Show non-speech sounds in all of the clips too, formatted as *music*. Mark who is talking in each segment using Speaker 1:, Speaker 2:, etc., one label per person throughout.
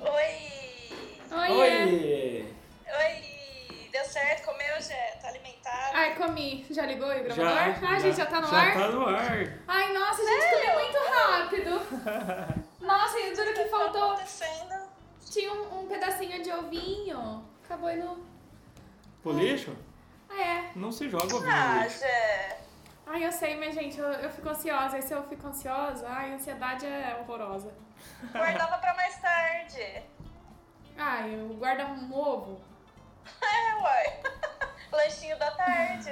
Speaker 1: Oi!
Speaker 2: Oiê!
Speaker 3: Oi!
Speaker 1: Oi! Deu certo? Comeu, já? Tá alimentado?
Speaker 2: Ai, comi. Já ligou aí o gravador? Ai, gente, já tá no ar?
Speaker 3: Já tá no ar.
Speaker 2: Ai, nossa, gente, comeu muito rápido.
Speaker 3: *laughs*
Speaker 2: Nossa, e duro que
Speaker 1: Tá
Speaker 2: faltou.
Speaker 1: acontecendo?
Speaker 2: Tinha um, um pedacinho de ovinho. Acabou indo.
Speaker 3: Pro lixo?
Speaker 2: Ah, é.
Speaker 3: Não se joga o
Speaker 1: Ah,
Speaker 3: lixo.
Speaker 1: já.
Speaker 2: Ai, eu sei, mas, gente, eu, eu fico ansiosa. E se eu fico ansiosa, ai, a ansiedade é horrorosa.
Speaker 1: Guardava pra mais tarde. *laughs*
Speaker 2: Ai, eu guardo um ovo.
Speaker 1: É, uai. *laughs* Lanchinho da tarde.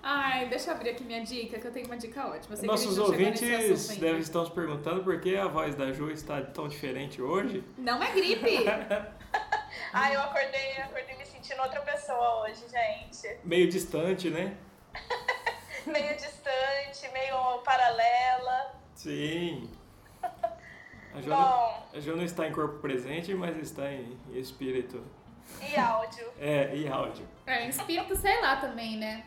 Speaker 2: Ai, deixa eu abrir aqui minha dica, que eu tenho uma dica ótima. Eu sei que a gente
Speaker 3: Nossos
Speaker 2: não chegou nesse
Speaker 3: ouvintes
Speaker 2: assunto
Speaker 3: devem
Speaker 2: ainda.
Speaker 3: estar se perguntando por que a voz da Ju está tão diferente hoje.
Speaker 2: Não é gripe.
Speaker 1: Ai, eu acordei, acordei me sentindo outra pessoa hoje, gente. *laughs*
Speaker 3: Meio distante, né?
Speaker 1: Meio distante, meio paralela.
Speaker 3: Sim. A Ju, não,
Speaker 1: Bom,
Speaker 3: a Ju não está em corpo presente, mas está em espírito.
Speaker 1: e áudio?
Speaker 3: É, e áudio.
Speaker 2: é, espírito, sei lá também, né?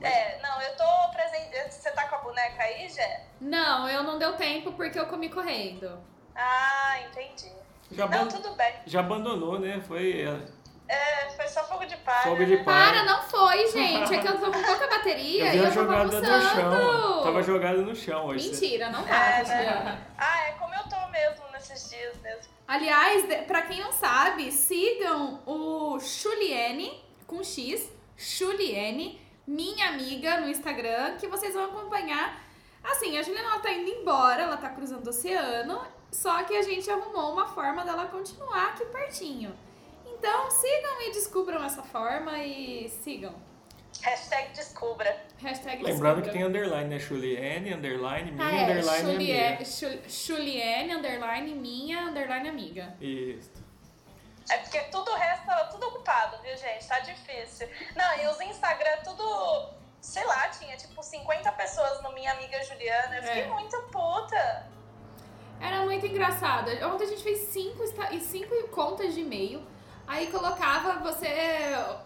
Speaker 1: É, não, eu tô presente. Você tá com a boneca aí, Jé?
Speaker 2: Não, eu não deu tempo porque eu comi correndo.
Speaker 1: Ah, entendi.
Speaker 3: Já,
Speaker 1: Não,
Speaker 3: aban-
Speaker 1: tudo bem.
Speaker 3: já abandonou, né? Foi é,
Speaker 1: É, foi só fogo de palha.
Speaker 3: fogo de
Speaker 1: né?
Speaker 2: Para,
Speaker 3: palha.
Speaker 2: não foi, gente. É que eu tô com pouca
Speaker 3: Eu
Speaker 2: bateria
Speaker 3: vi
Speaker 2: e eu
Speaker 3: a
Speaker 2: tava
Speaker 3: jogada no chão.
Speaker 2: almoçando.
Speaker 3: Tava jogada no chão hoje.
Speaker 2: Mentira,
Speaker 1: É,
Speaker 2: não tava, Juliana.
Speaker 1: né? Ah, é como eu tô mesmo nesses dias mesmo.
Speaker 2: Aliás, de- pra quem não sabe, sigam o Juliene, com X, Juliene, minha amiga no Instagram, que vocês vão acompanhar. Assim, a Juliana ela tá indo embora, ela tá cruzando o oceano, só que a gente arrumou uma forma dela continuar aqui pertinho. Então, sigam e descubram essa forma e sigam.
Speaker 1: Hashtag descubra.
Speaker 2: Hashtag
Speaker 3: Lembrando que
Speaker 2: descubram.
Speaker 3: tem underline, né? Juliane, underline, minha,
Speaker 2: Ah, é,
Speaker 3: underline,
Speaker 2: Julie-
Speaker 3: amiga.
Speaker 2: Ju- Juliane, underline, minha, underline, amiga.
Speaker 3: Isso.
Speaker 1: É porque tudo o resto tava tudo ocupado, viu, gente? Tá difícil. Não, e os Instagram tudo. Sei lá, tinha tipo 50 pessoas no Minha Amiga Juliana. Eu fiquei
Speaker 2: É.
Speaker 1: muito puta.
Speaker 2: Era muito engraçado. Ontem a gente fez cinco, esta- e cinco contas de e-mail. Aí colocava, você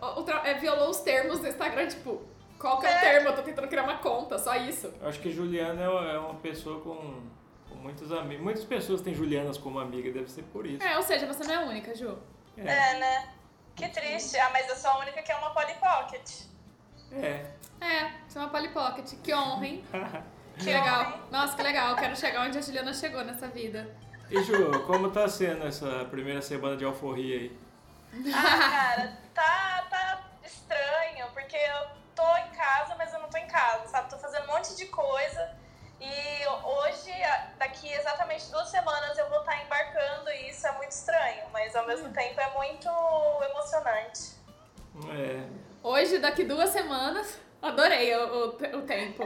Speaker 2: o- o- tra- é, violou os termos do Instagram, tipo, qual que é o
Speaker 1: É.
Speaker 2: termo? Eu tô tentando criar uma conta, só isso.
Speaker 3: Eu acho que Juliana é uma- é uma pessoa com, com muitos amigos. Muitas pessoas têm Julianas como amiga, deve ser por isso.
Speaker 2: É, ou seja, você não é única, Ju.
Speaker 3: É.
Speaker 1: É, né? Que triste. Ah, mas eu sou a única que é uma Polly Pocket.
Speaker 3: É. *laughs*
Speaker 2: É, chama Polly Pocket. Que honra, hein? Que legal. Nossa, que legal. Eu quero chegar onde a Juliana chegou nessa vida.
Speaker 3: E Ju, como tá sendo essa primeira semana de alforria aí?
Speaker 1: Ah, cara, tá, tá estranho, porque eu tô em casa, mas eu não tô em casa, sabe? Tô fazendo um monte de coisa. E hoje, a- daqui exatamente duas semanas, eu vou estar embarcando e isso é muito estranho, mas ao mesmo tempo é muito emocionante. *laughs*
Speaker 3: É.
Speaker 2: Hoje, daqui duas semanas, adorei o- o, o tempo.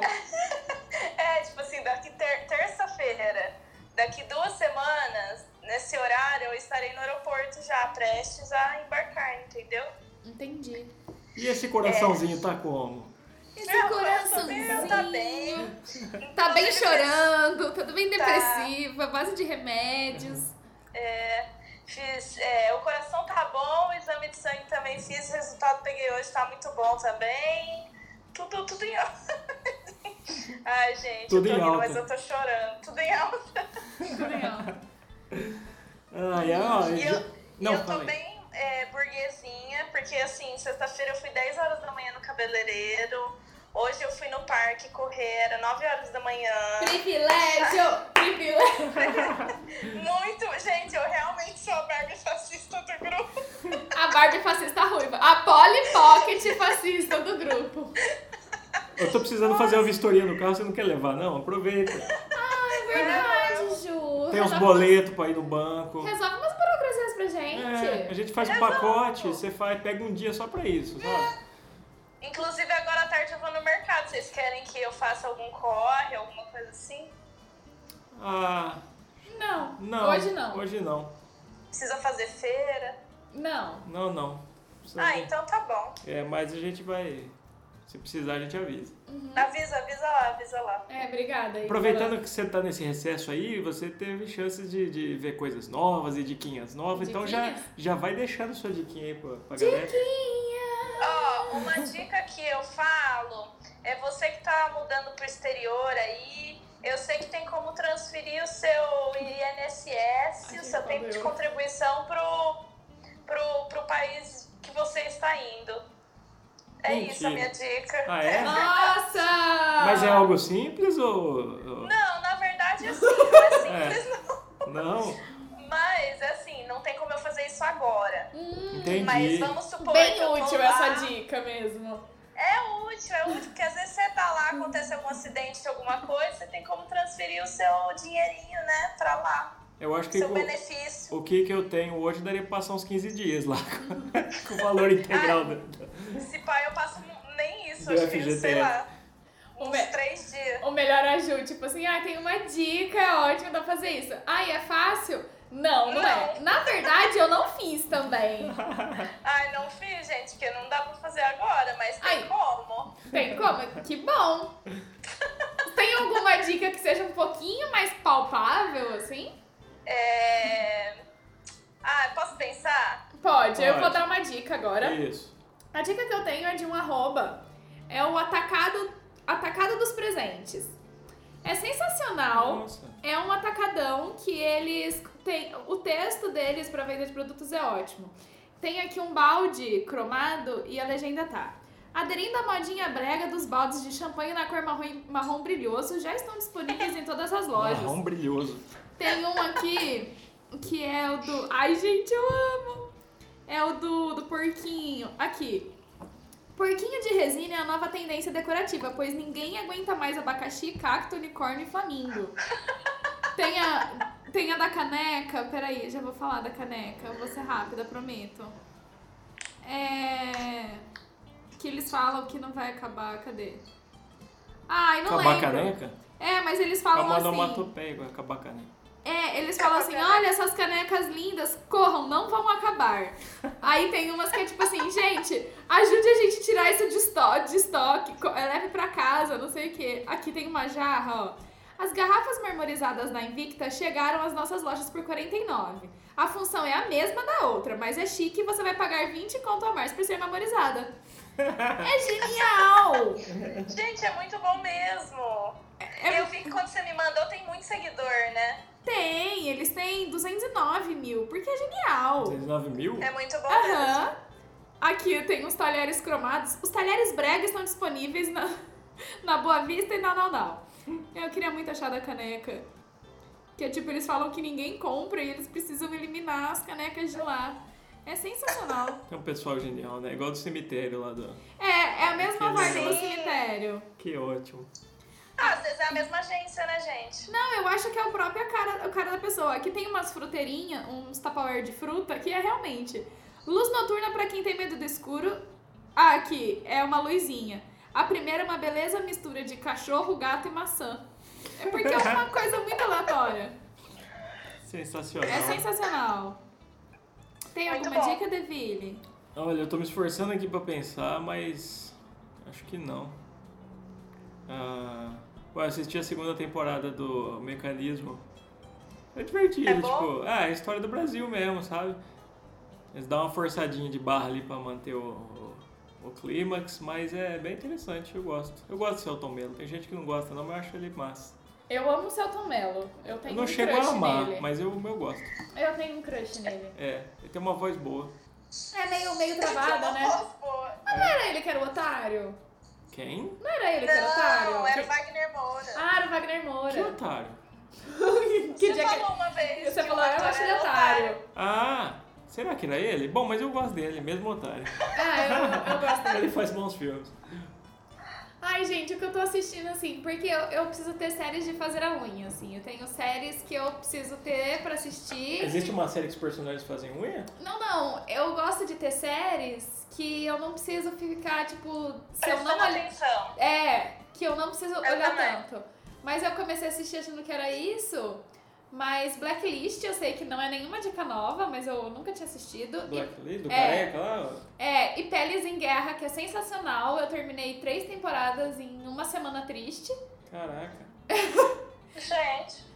Speaker 1: É, tipo assim, daqui ter- terça-feira, daqui duas semanas, nesse horário, eu estarei no aeroporto já, prestes a embarcar, entendeu?
Speaker 2: Entendi.
Speaker 3: E esse coraçãozinho
Speaker 1: É.
Speaker 3: tá como?
Speaker 2: Esse
Speaker 1: Meu coraçãozinho
Speaker 2: coraçãozinho.
Speaker 1: tá bem.
Speaker 2: Tá bem
Speaker 1: Inclusive,
Speaker 2: chorando, tá bem
Speaker 1: Tá.
Speaker 2: depressiva, base de remédios.
Speaker 1: É, fiz, é, o coração tá bom, o exame de sangue também fiz, o resultado peguei hoje, tá muito bom também. Tudo, tudo em alta. *laughs* Ai, gente,
Speaker 3: Tudo
Speaker 1: eu
Speaker 3: em
Speaker 1: tô rindo,
Speaker 3: alta.
Speaker 1: mas eu tô chorando. Tudo em alta.
Speaker 2: Tudo legal.
Speaker 3: Ai, ai,
Speaker 1: E eu, e
Speaker 3: É, Não,
Speaker 1: eu tô
Speaker 3: fala aí.
Speaker 1: bem é, burguesinha, porque assim, sexta-feira eu fui 10 horas da manhã no cabeleireiro. Hoje eu fui no parque correr, era 9 horas da
Speaker 3: *laughs*
Speaker 1: manhã.
Speaker 2: Privilégio! Privilégio!
Speaker 1: Muito, gente, eu realmente sou a Barbie fascista do grupo.
Speaker 2: A Barbie é fascista ruiva. A Polly Pocket fascista do grupo.
Speaker 3: Eu tô precisando fazer uma vistoria no carro, você não quer levar, não? Aproveita.
Speaker 2: É verdade, Ju.
Speaker 3: Tem uns
Speaker 2: Resolve-
Speaker 3: boletos pra ir no banco.
Speaker 2: Resolve umas burocracias pra
Speaker 3: É, a
Speaker 2: gente.
Speaker 3: gente faz um pacote, você faz, pega um dia só pra isso, sabe?
Speaker 1: Inclusive, agora à tarde eu vou no mercado. Vocês querem que eu faça algum corre, alguma coisa assim?
Speaker 3: Ah,
Speaker 2: Não.
Speaker 3: Não.
Speaker 2: Hoje não.
Speaker 3: Hoje não.
Speaker 1: Precisa fazer feira.
Speaker 2: Não.
Speaker 3: Não, não. Precisa
Speaker 1: Ah,
Speaker 3: ver.
Speaker 1: então tá bom.
Speaker 3: É, mas a gente vai. Se precisar, a gente avisa.
Speaker 1: Avisa, avisa lá, avisa lá.
Speaker 2: É, obrigada. aí,
Speaker 3: Aproveitando que você tá nesse recesso aí, você teve chances de, de ver coisas novas e diquinhas novas. Então já,
Speaker 2: Diquinhas?
Speaker 3: já vai deixando sua diquinha aí pra, pra
Speaker 2: Diquinha!
Speaker 3: galera.
Speaker 1: Ó, uma dica que eu falo é você que tá mudando pro exterior aí. Eu sei que tem como transferir o seu INSS,
Speaker 2: Ai,
Speaker 1: o seu
Speaker 2: gente,
Speaker 1: tempo de
Speaker 2: valeu.
Speaker 1: contribuição pro, pro, pro país que você está indo. É isso a
Speaker 3: Mentira.
Speaker 1: minha dica.
Speaker 3: Ah, é?
Speaker 2: Nossa!
Speaker 3: Mas é algo simples ou. ou-
Speaker 1: *laughs* Não, na verdade,
Speaker 3: *laughs*
Speaker 1: assim, não é simples, não.
Speaker 3: Não?
Speaker 1: Mas, assim, não tem como eu fazer isso agora.
Speaker 3: Entendi.
Speaker 1: Mas vamos
Speaker 3: um-
Speaker 1: supor que
Speaker 2: Bem
Speaker 1: eu tô
Speaker 2: útil
Speaker 1: lá.
Speaker 2: essa dica mesmo.
Speaker 1: É útil, é útil, porque às vezes você tá lá, acontece algum acidente, alguma coisa, você tem como transferir o seu dinheirinho, né, pra lá.
Speaker 3: Eu acho que
Speaker 1: Seu
Speaker 3: o,
Speaker 1: benefício.
Speaker 3: o que que eu tenho hoje daria pra passar uns 15 dias lá *laughs* com- com o valor integral. da- da-
Speaker 1: Se pá, eu passo um, nem isso,
Speaker 3: Do
Speaker 1: acho que, sei
Speaker 3: FGTS.
Speaker 1: lá,
Speaker 2: O
Speaker 1: uns
Speaker 2: me-
Speaker 1: três dias.
Speaker 2: O melhor ajuda, tipo assim, ah, tem uma dica ótima pra fazer isso. Ah, e é fácil? Não, não é.
Speaker 1: Não.
Speaker 2: Na verdade, eu não fiz também.
Speaker 1: Ai, não fiz, gente, porque não dá pra fazer agora, mas tem
Speaker 2: Ai.
Speaker 1: como.
Speaker 2: Tem como? Que bom! Tem alguma dica que seja um pouquinho mais palpável, assim?
Speaker 1: É... Ah, posso pensar?
Speaker 2: Pode, eu vou
Speaker 3: Pode.
Speaker 2: dar uma dica agora.
Speaker 3: Isso.
Speaker 2: A dica que eu tenho é de um arroba. É o atacado, atacado dos presentes. É sensacional.
Speaker 3: Nossa.
Speaker 2: É um atacadão que eles têm. O texto deles para venda de produtos é ótimo. Tem aqui um balde cromado e a legenda tá. Aderindo à modinha brega dos baldes de champanhe na cor marrom, marrom brilhoso, já estão disponíveis em todas as lojas.
Speaker 3: Marrom brilhoso.
Speaker 2: Tem um aqui que é o do. Ai, gente, eu amo! É o do, do porquinho. Aqui. Porquinho de resina é a nova tendência decorativa, pois ninguém aguenta mais abacaxi, cacto, unicórnio e flamingo. Tem a, tem a da caneca. Peraí, já vou falar da caneca. Eu vou ser rápida, prometo. É. Que eles falam que não vai acabar. Cadê? Ai, não
Speaker 3: Acabar a
Speaker 2: lembro.
Speaker 3: caneca?
Speaker 2: É, mas eles
Speaker 3: É
Speaker 2: falam
Speaker 3: uma
Speaker 2: assim.
Speaker 3: onomatopeia igual acabar a caneca.
Speaker 2: É, eles falam assim: olha, essas canecas lindas, corram, não vão acabar. Aí tem umas que é tipo assim: gente, ajude a gente a tirar isso de estoque, de estoque co- eh, leve pra casa, não sei o quê. Aqui tem uma jarra, ó. As garrafas marmorizadas da Invicta chegaram às nossas lojas por R$ 49. A função é a mesma da outra, mas é chique e você vai pagar 20 conto a mais por ser marmorizada. É genial!
Speaker 1: Gente, é muito bom mesmo.
Speaker 2: É
Speaker 1: Eu vi que quando você me mandou tem muito seguidor, né?
Speaker 2: Tem, eles têm 209 mil, porque é genial.
Speaker 3: 19 mil?
Speaker 1: É muito bom mesmo.
Speaker 2: Aham. Aqui tem os talheres cromados. Os talheres brega estão disponíveis na, *laughs* na Boa Vista e na Não Não. Eu queria muito achar da caneca. Que é tipo, eles falam que ninguém compra e eles precisam eliminar as canecas de lá. É sensacional.
Speaker 3: É um pessoal genial, né? Igual do cemitério lá do.
Speaker 2: É, é a mesma
Speaker 3: Que
Speaker 2: vibe do
Speaker 1: legal.
Speaker 2: cemitério.
Speaker 3: Que ótimo.
Speaker 1: Ah, às vezes é a mesma agência, né, gente?
Speaker 2: Não, eu acho que é o próprio cara, o cara da pessoa. Aqui tem umas fruteirinhas, uns tapaware de fruta, que é realmente. Luz noturna pra quem tem medo do escuro. Ah, aqui, é uma luzinha. A primeira é uma beleza mistura de cachorro, gato e maçã. É porque
Speaker 3: *laughs*
Speaker 2: é uma coisa muito aleatória.
Speaker 3: Sensacional.
Speaker 2: É sensacional. Tem
Speaker 1: Muito
Speaker 2: alguma
Speaker 1: bom.
Speaker 2: dica, Deville?
Speaker 3: Olha, eu tô me esforçando aqui pra pensar, mas. Acho que não. Ah, ué, eu assisti a segunda temporada do Mecanismo. É divertido,
Speaker 1: É bom?
Speaker 3: tipo. Ah, é a história do Brasil mesmo, sabe? Eles dão uma forçadinha de barra ali pra manter o, o, o clímax, mas é bem interessante, eu gosto. Eu gosto do Celton Mello. Tem gente que não gosta, não, mas eu acho ele massa.
Speaker 2: Eu amo o Celton Mello. Eu
Speaker 3: Eu
Speaker 2: tenho
Speaker 3: não
Speaker 2: um
Speaker 3: chego
Speaker 2: crush
Speaker 3: a amar,
Speaker 2: nele.
Speaker 3: mas eu, eu gosto.
Speaker 2: Eu tenho um crush nele.
Speaker 3: É, ele tem uma voz boa.
Speaker 2: É meio, meio travada, né?
Speaker 1: Nossa, boa.
Speaker 2: Mas não era ele que era o otário?
Speaker 3: Quem?
Speaker 2: Não era ele que era otário?
Speaker 1: Não, era o Wagner Moura.
Speaker 2: Ah, era o Wagner
Speaker 3: Que
Speaker 2: Moura.
Speaker 3: otário.
Speaker 2: que
Speaker 1: Você
Speaker 2: dia
Speaker 1: falou
Speaker 2: *laughs* que... é?
Speaker 1: uma vez.
Speaker 2: Você
Speaker 1: que
Speaker 2: falou,
Speaker 1: o
Speaker 2: eu
Speaker 1: ator
Speaker 2: acho ele
Speaker 1: era
Speaker 2: otário.
Speaker 3: Ah, será que era ele? Bom, mas eu gosto dele, mesmo
Speaker 2: *laughs*
Speaker 3: otário.
Speaker 2: Ah, eu, eu *laughs* gosto dele.
Speaker 3: Ele faz bons filmes.
Speaker 2: Ai, gente, o que eu tô assistindo, assim, porque eu, eu preciso ter séries de fazer a unha, assim. Eu tenho séries que eu preciso ter pra assistir.
Speaker 3: Existe uma série que os personagens fazem um unha?
Speaker 2: Não, não, eu gosto de ter séries que eu não preciso ficar, tipo, se eu não
Speaker 1: Prestando
Speaker 2: olhar...
Speaker 1: atenção.
Speaker 2: É, que eu não preciso olhar
Speaker 1: também.
Speaker 2: tanto. Mas eu comecei a assistir achando que era isso. Mas Blacklist eu sei que não é nenhuma dica nova, mas eu nunca tinha assistido. E-
Speaker 3: Blacklist, do
Speaker 2: É.
Speaker 3: careca lá?
Speaker 2: é, e Peles em Guerra, que é sensacional. Eu terminei três temporadas em uma semana triste.
Speaker 3: Caraca.
Speaker 1: Gente,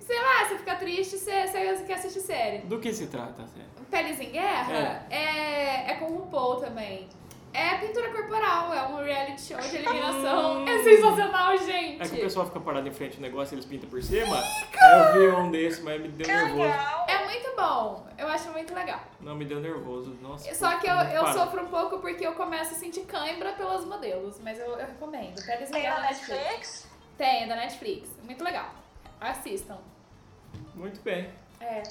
Speaker 2: Sei lá, você fica triste, você, você, você quer assistir série.
Speaker 3: Do que se trata, Zé?
Speaker 2: Peles em Guerra é, é, com o RuPaul também. É pintura corporal, é um reality show de eliminação. é sensacional, gente!
Speaker 3: É que o pessoal fica parado em frente ao negócio e eles pintam por cima. Aí eu vi um desse, mas me deu
Speaker 1: que
Speaker 3: nervoso.
Speaker 1: legal.
Speaker 2: É muito bom, eu acho muito legal.
Speaker 3: Não, me deu nervoso. Nossa.
Speaker 2: Só que eu,
Speaker 3: não
Speaker 2: eu
Speaker 3: para.
Speaker 2: sofro um pouco porque eu começo a sentir cãibra pelos modelos, mas eu, eu recomendo. Peles em
Speaker 1: Tem
Speaker 2: Guerra
Speaker 1: na
Speaker 2: na Netflix.
Speaker 1: Netflix?
Speaker 2: Tem, é da Netflix. Muito legal. Assistam.
Speaker 3: Muito bem.
Speaker 2: É.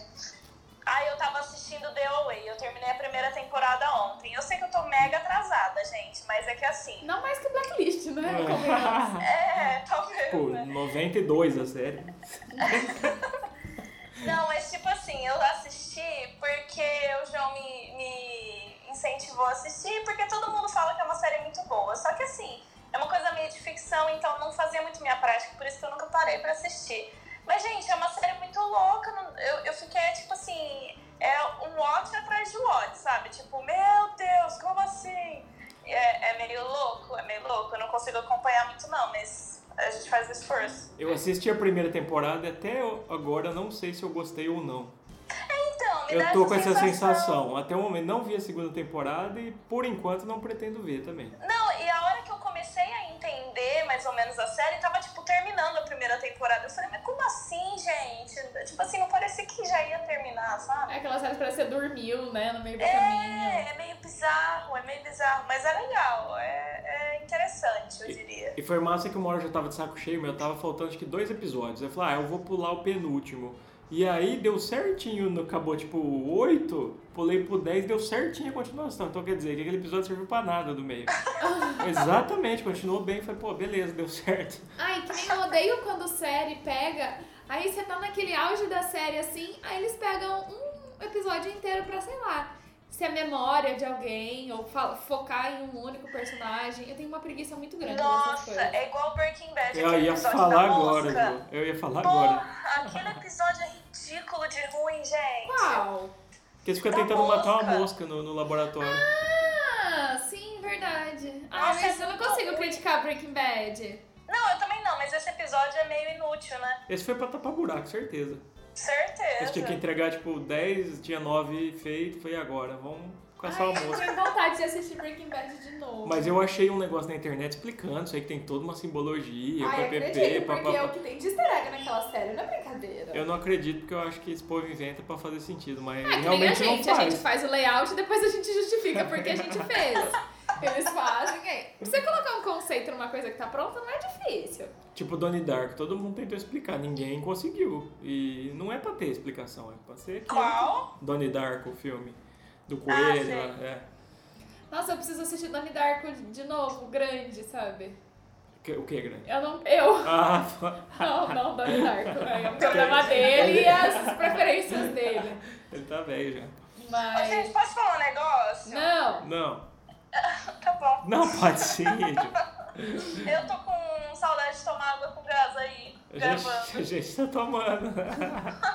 Speaker 1: Aí eu tava assistindo The Away, eu terminei a primeira temporada ontem. Eu sei que eu tô mega atrasada, gente, mas é que assim.
Speaker 2: Não mais que Blacklist, né? Combinamos.
Speaker 1: É, *laughs* talvez.
Speaker 3: *laughs* Pô,
Speaker 1: né?
Speaker 3: 92 a série.
Speaker 1: Não, mas tipo assim, eu assisti porque o João me, me incentivou a assistir, porque todo mundo fala que é uma série muito boa. Só que assim, é uma coisa meio de ficção, então não fazia muito minha prática, por isso que eu nunca parei pra assistir. Mas, gente, é uma série muito louca. não- Eu, eu fiquei, tipo assim, é um watch atrás de watch, sabe? Tipo, meu Deus, como assim? É, é meio louco, é meio louco. Eu não consigo acompanhar muito, não, mas a gente faz o esforço.
Speaker 3: Eu assisti a primeira temporada e até eu- agora eu não sei se eu gostei ou não.
Speaker 1: Então, me
Speaker 3: Eu
Speaker 1: dá
Speaker 3: tô com essa sensação. Até o momento não vi a segunda temporada e por enquanto não pretendo ver também.
Speaker 1: Não, e a hora que eu comecei a entender mais ou menos a série, tava, tipo, terminando a primeira temporada. Eu falei, mas como assim, gente? Tipo assim, não parecia que já ia terminar, sabe?
Speaker 2: É aquela série que parece que você dormiu, né? No meio do caminho.
Speaker 1: É, é meio bizarro, é meio bizarro, mas é legal, é, é interessante, eu diria.
Speaker 3: E foi massa que uma hora eu já tava de saco cheio, mas eu tava faltando acho que dois episódios. Eu falei, ah, eu vou pular o penúltimo. E aí deu certinho, no- acabou tipo oito pulei pro 10, deu certinho a continuação. Então quer dizer que aquele episódio serviu pra nada
Speaker 1: *laughs*
Speaker 3: do meio. Exatamente, continuou bem, falei, pô, beleza, deu certo.
Speaker 2: Ai, que nem eu odeio quando série pega. Aí você tá naquele auge da série assim, aí eles pegam um episódio inteiro pra, sei lá, ser a memória de alguém ou fa- focar em um único personagem. Eu tenho uma preguiça muito grande dessas
Speaker 1: Nossa,
Speaker 2: coisas.
Speaker 1: é igual Breaking Bad,
Speaker 3: Eu
Speaker 1: aquele
Speaker 3: ia
Speaker 1: episódio
Speaker 3: falar
Speaker 1: da
Speaker 3: agora,
Speaker 1: mosca.
Speaker 3: Ju. Eu ia falar agora.
Speaker 1: Porra, aquele episódio é ridículo de ruim, gente.
Speaker 2: Qual?
Speaker 3: Porque eles ficam
Speaker 1: da
Speaker 3: tentando matar uma
Speaker 1: mosca.
Speaker 3: mosca no, no laboratório.
Speaker 2: Ah, sim, verdade. Ah,
Speaker 1: Nossa,
Speaker 2: mas
Speaker 1: é
Speaker 2: eu não
Speaker 1: muito
Speaker 2: consigo
Speaker 1: ruim.
Speaker 2: criticar Breaking Bad.
Speaker 1: Não, eu também não, mas esse episódio é meio inútil, né?
Speaker 3: Esse foi pra tapar buraco, certeza. Eles
Speaker 1: Certeza.
Speaker 3: tinham que entregar tipo 10, tinha 9 feito, foi agora, vamos caçar
Speaker 2: Ai,
Speaker 3: uma
Speaker 2: eu
Speaker 3: mosca.
Speaker 2: tenho vontade de assistir Breaking Bad de novo.
Speaker 3: Mas eu achei um negócio na internet explicando isso aí que tem toda uma simbologia,
Speaker 2: Ai,
Speaker 3: PPP,
Speaker 2: acredito, porque é o
Speaker 3: papapá.
Speaker 2: que tem de easter egg naquela série, não é brincadeira.
Speaker 3: Eu não acredito porque eu acho que esse povo inventa pra fazer sentido, mas
Speaker 2: É que nem a
Speaker 3: realmente
Speaker 2: gente,
Speaker 3: não
Speaker 2: a
Speaker 3: faz.
Speaker 2: gente faz o layout e depois a gente justifica porque a gente fez. Eles fazem. É. Você colocar um conceito numa coisa que tá pronta não é difícil.
Speaker 3: Tipo Donnie Dark, todo mundo tentou explicar, ninguém conseguiu. E não é pra ter explicação, é pra ser aquilo.
Speaker 1: Qual?
Speaker 3: Donnie Dark, o filme
Speaker 2: Ah,
Speaker 3: do coelho,
Speaker 1: sei.
Speaker 3: é.
Speaker 2: Nossa, eu preciso assistir Donnie Darko de novo, grande, sabe?
Speaker 3: Que- O que, grande?
Speaker 2: Eu não. Eu.
Speaker 3: Ah, *laughs*
Speaker 2: Não, não, Donnie Darko. É o problema dele e as preferências dele.
Speaker 3: ele tá velho já.
Speaker 1: Ô, gente,
Speaker 2: Mas.
Speaker 1: posso falar um negócio?
Speaker 2: Não!
Speaker 3: Não,
Speaker 1: Tá bom.
Speaker 3: não pode ser, Ed.
Speaker 1: Eu tô com saudade de tomar água com gás aí,
Speaker 3: A
Speaker 1: gravando.
Speaker 3: gente, *laughs* a gente tá tomando. *laughs*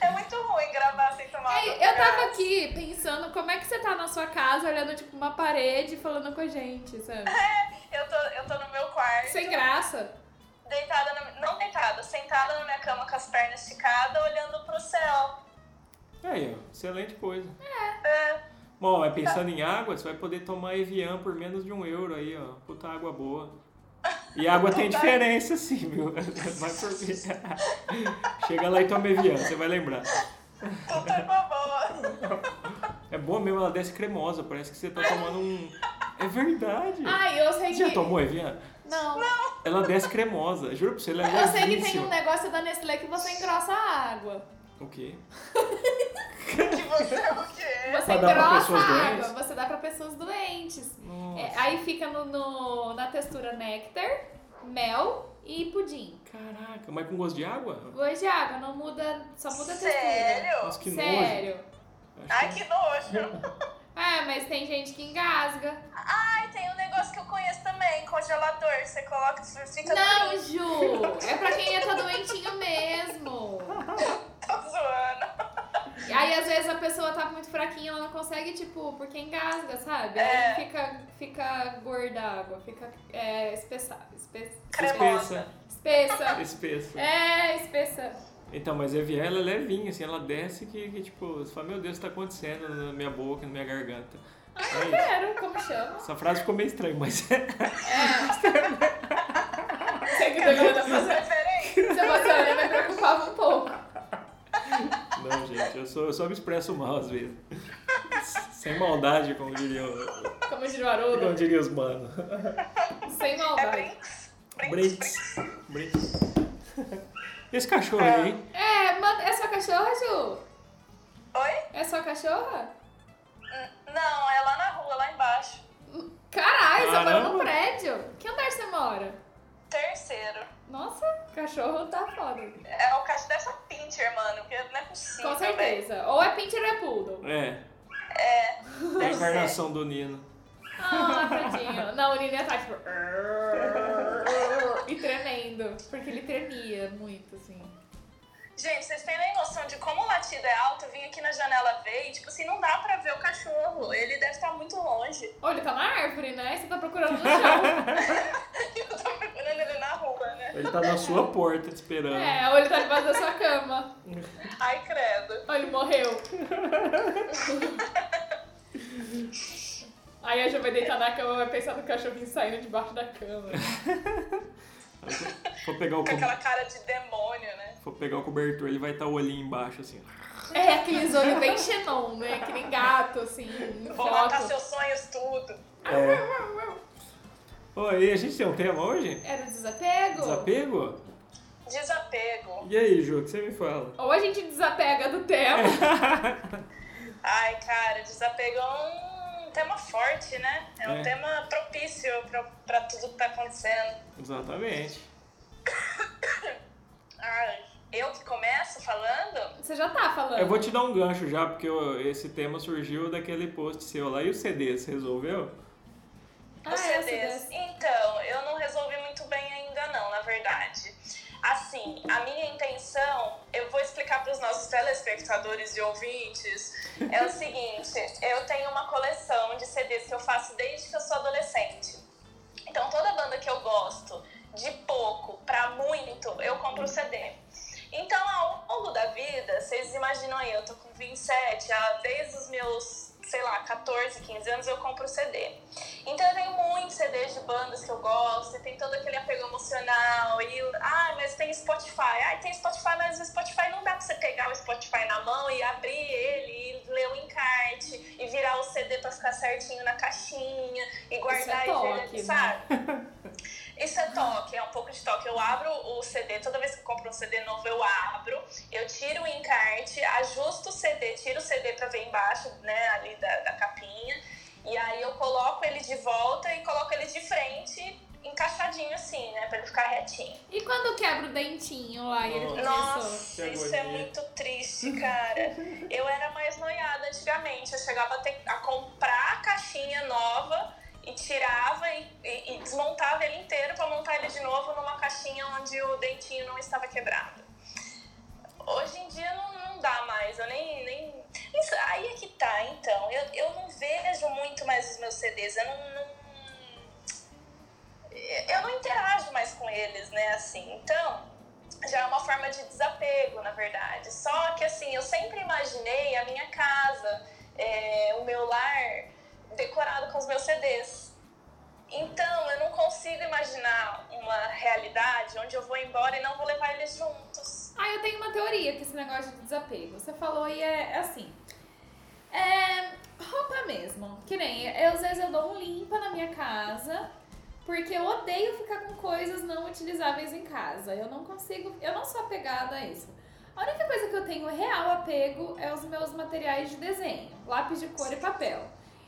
Speaker 1: É muito ruim gravar sem tomar água.
Speaker 2: Ei,
Speaker 1: com
Speaker 2: eu tava
Speaker 1: gás.
Speaker 2: aqui pensando como é que você tá na sua casa olhando tipo uma parede e falando com a gente, sabe?
Speaker 1: É, Eu tô, eu tô no meu quarto,
Speaker 2: Sem graça.
Speaker 1: deitada, na- não deitada, sentada na minha cama com as pernas esticadas, olhando pro céu.
Speaker 3: Aí, ó, excelente coisa.
Speaker 1: É,
Speaker 3: Bom, é pensando em água, você vai poder tomar Evian por menos de um euro aí, ó. Puta água boa. E
Speaker 2: *laughs*
Speaker 3: água tem diferença, sim, viu? *laughs* Vai por mim. *laughs* Chega lá e toma Evian, você vai lembrar.
Speaker 1: tudo é uma boa.
Speaker 3: *laughs* É boa mesmo, ela desce cremosa, parece que você tá tomando um. É verdade!
Speaker 2: Ai, eu sei
Speaker 3: Você
Speaker 2: que.
Speaker 3: já tomou Evian?
Speaker 2: Não.
Speaker 3: Ela desce cremosa, juro pra você, ela é
Speaker 2: Eu sei que tem
Speaker 3: levíssima.
Speaker 2: um negócio da Nestlé que você engrossa a água.
Speaker 3: O quê?
Speaker 1: Que você é o quê?
Speaker 2: Você
Speaker 3: Pra dar pra
Speaker 2: engrossa
Speaker 3: pessoas
Speaker 2: a água,
Speaker 3: doentes?
Speaker 2: você dá pra pessoas doentes.
Speaker 3: Nossa,
Speaker 2: É, aí fica no, no- na textura néctar, mel e pudim.
Speaker 3: Caraca, mas com gosto de água?
Speaker 2: Gosto de água, não muda, só muda a textura.
Speaker 1: Sério?
Speaker 3: Nossa, que nojo.
Speaker 2: Sério.
Speaker 3: Acho
Speaker 1: Ai, que nojo.
Speaker 2: É, mas tem gente que engasga.
Speaker 1: Ai, tem um negócio que eu conheço também. tem congelador, você coloca, você fica no
Speaker 2: Não,
Speaker 1: frio.
Speaker 2: Ju! É pra quem é tá doentinho mesmo.
Speaker 3: Ah.
Speaker 1: Tô zoando.
Speaker 2: E aí, às vezes, a pessoa tá muito fraquinha, ela não consegue, tipo, porque engasga, sabe? Ela
Speaker 1: É.
Speaker 2: fica, fica gorda a água, fica é, espessa, espessa,
Speaker 1: Cremosa.
Speaker 2: espessa.
Speaker 3: Espessa.
Speaker 2: É, espessa.
Speaker 3: Então, mas a Evian, ela é levinha, assim, ela desce que, que, tipo, você fala, meu Deus, o que tá acontecendo na minha boca, na minha garganta. É isso.
Speaker 2: Ah, Quero, como chama?
Speaker 3: Essa frase ficou meio estranha, mas *laughs* é.
Speaker 2: Sei que o tá fazendo.
Speaker 1: Diferente.
Speaker 2: Sebastiana me preocupava um pouco.
Speaker 3: Não, gente, eu, sou, eu só me expresso mal às vezes. *laughs* Sem maldade, como diriam,
Speaker 2: Como diria o
Speaker 3: como
Speaker 2: Haroldo,
Speaker 3: diriam os manos. *laughs*
Speaker 2: sem
Speaker 1: É
Speaker 2: maldade.
Speaker 1: brinks. Brinks. brinks.
Speaker 3: Brinks. Brinks. Esse cachorro aí, hein?
Speaker 2: É, manda, é sua cachorra, Ju?
Speaker 1: Oi?
Speaker 2: É sua cachorra?
Speaker 1: N- Não, é lá na rua, lá embaixo.
Speaker 2: Caralho, você mora num
Speaker 3: Caramba.
Speaker 2: prédio. Que andar você mora?
Speaker 1: Terceiro.
Speaker 2: Nossa, cachorro tá foda.
Speaker 1: É o caixa dessa pincher, mano, porque não é possível.
Speaker 2: Com certeza. Ou é pincher ou é poodle.
Speaker 3: É,
Speaker 1: velho.
Speaker 3: a
Speaker 1: Deve ser.
Speaker 3: encarnação do Nino.
Speaker 2: Ah, tadinho. Não, o Nina tá tipo. E tremendo. Porque ele tremia muito, assim.
Speaker 1: Gente, vocês têm nem noção de como o latido é alto? Eu vim aqui na janela ver e, tipo assim, não dá pra ver o cachorro. Ele deve estar muito longe. *laughs*
Speaker 2: Olha, ele tá na árvore, né? Você tá procurando no
Speaker 3: *laughs*
Speaker 2: chão.
Speaker 1: Eu tô procurando ele na rua, né?
Speaker 3: Ele tá na sua porta te esperando.
Speaker 2: É, ou ele tá debaixo da sua cama.
Speaker 1: Ai, credo.
Speaker 2: Ou ele morreu. Aí a Ju vai deitar na cama e vai pensar no cachorrinho saindo debaixo da cama.
Speaker 3: Vou pegar o
Speaker 1: Com
Speaker 3: co-
Speaker 1: aquela cara de demônio, né?
Speaker 3: Vou pegar o cobertor, ele vai estar o olhinho embaixo, assim.
Speaker 2: É, aqueles olhos bem xenon, né? Que nem gato, assim, em
Speaker 1: Vou matar
Speaker 2: foto.
Speaker 1: seus sonhos tudo.
Speaker 3: É. Oi, a gente tem um tema hoje?
Speaker 2: Era o desapego?
Speaker 3: Desapego?
Speaker 1: Desapego.
Speaker 3: E aí, Ju, o que você me fala?
Speaker 2: *laughs* Ou a gente desapega do tema.
Speaker 1: Ai, cara, desapego é um tema forte, né? É um
Speaker 3: É.
Speaker 1: tema propício pra, pra tudo que tá acontecendo. *coughs*
Speaker 3: Exatamente.
Speaker 1: Ai, eu que começo falando?
Speaker 2: Você já tá falando.
Speaker 3: Eu vou te dar um gancho já, porque eu- esse tema surgiu daquele post seu lá. E o CD, você resolveu?
Speaker 2: Ah,
Speaker 1: Os
Speaker 2: é,
Speaker 1: CDs.
Speaker 2: CDs.
Speaker 1: Então, eu não resolvi muito bem ainda não, na verdade. Assim, a minha intenção, eu vou explicar para os nossos telespectadores e ouvintes, é
Speaker 2: *laughs*
Speaker 1: o seguinte, eu tenho uma coleção de CDs que eu faço desde que eu sou adolescente. Então, toda banda que eu gosto, de pouco pra muito, eu compro o CD. Então, ao longo da vida, vocês imaginam aí, eu tô com 27, ah, desde os meus, sei lá, 14, 15 anos eu compro CD. Então eu tenho muitos CDs de bandas que eu gosto, e tem todo aquele apego emocional, e ah, mas tem Spotify, ah, tem Spotify, mas o Spotify não dá pra você pegar o Spotify na mão e abrir ele, e ler o encarte, e virar o CD pra ficar certinho na caixinha, e guardar e
Speaker 2: é toque, né?
Speaker 1: ver, sabe?
Speaker 2: *laughs*
Speaker 1: Isso é toque, é um pouco de toque. Eu abro o CD, toda vez que eu compro um CD novo, eu abro, eu tiro o encarte, ajusto o CD, tiro o CD pra ver embaixo, né, ali da, da capinha, e aí eu coloco ele de volta e coloco ele de frente, encaixadinho assim, né, pra ele ficar retinho.
Speaker 2: E quando quebra o dentinho lá e ele
Speaker 3: Nossa.
Speaker 2: começou?
Speaker 1: Nossa, isso é
Speaker 3: agonia.
Speaker 1: muito triste, cara. Eu era mais noiada antigamente. Eu chegava a, ter- a comprar a caixinha nova e tirava e, e- e desmontava ele inteiro pra montar ele de novo numa caixinha onde o dentinho não estava quebrado. Hoje em dia não, não dá mais, eu nem. nem... Isso, aí é que tá, então. Eu, eu não vejo muito mais os meus CDs, eu não- não, eu não interajo mais com eles, né? Assim, então já é uma forma de desapego, na verdade. Só que assim, eu sempre imaginei a minha casa, é, o meu lar decorado com os meus CDs. Então, eu não consigo imaginar uma realidade onde eu vou embora e não vou levar eles juntos.
Speaker 2: Ah, eu tenho uma teoria com esse negócio de desapego. Você falou e é, é assim. É, roupa mesmo. Que nem, eu, às vezes eu dou um limpa na minha casa, porque eu odeio ficar com coisas não utilizáveis em casa. Eu não consigo, eu não sou apegada a isso. A única coisa que eu tenho real apego é os meus materiais de desenho, lápis de cor e papel.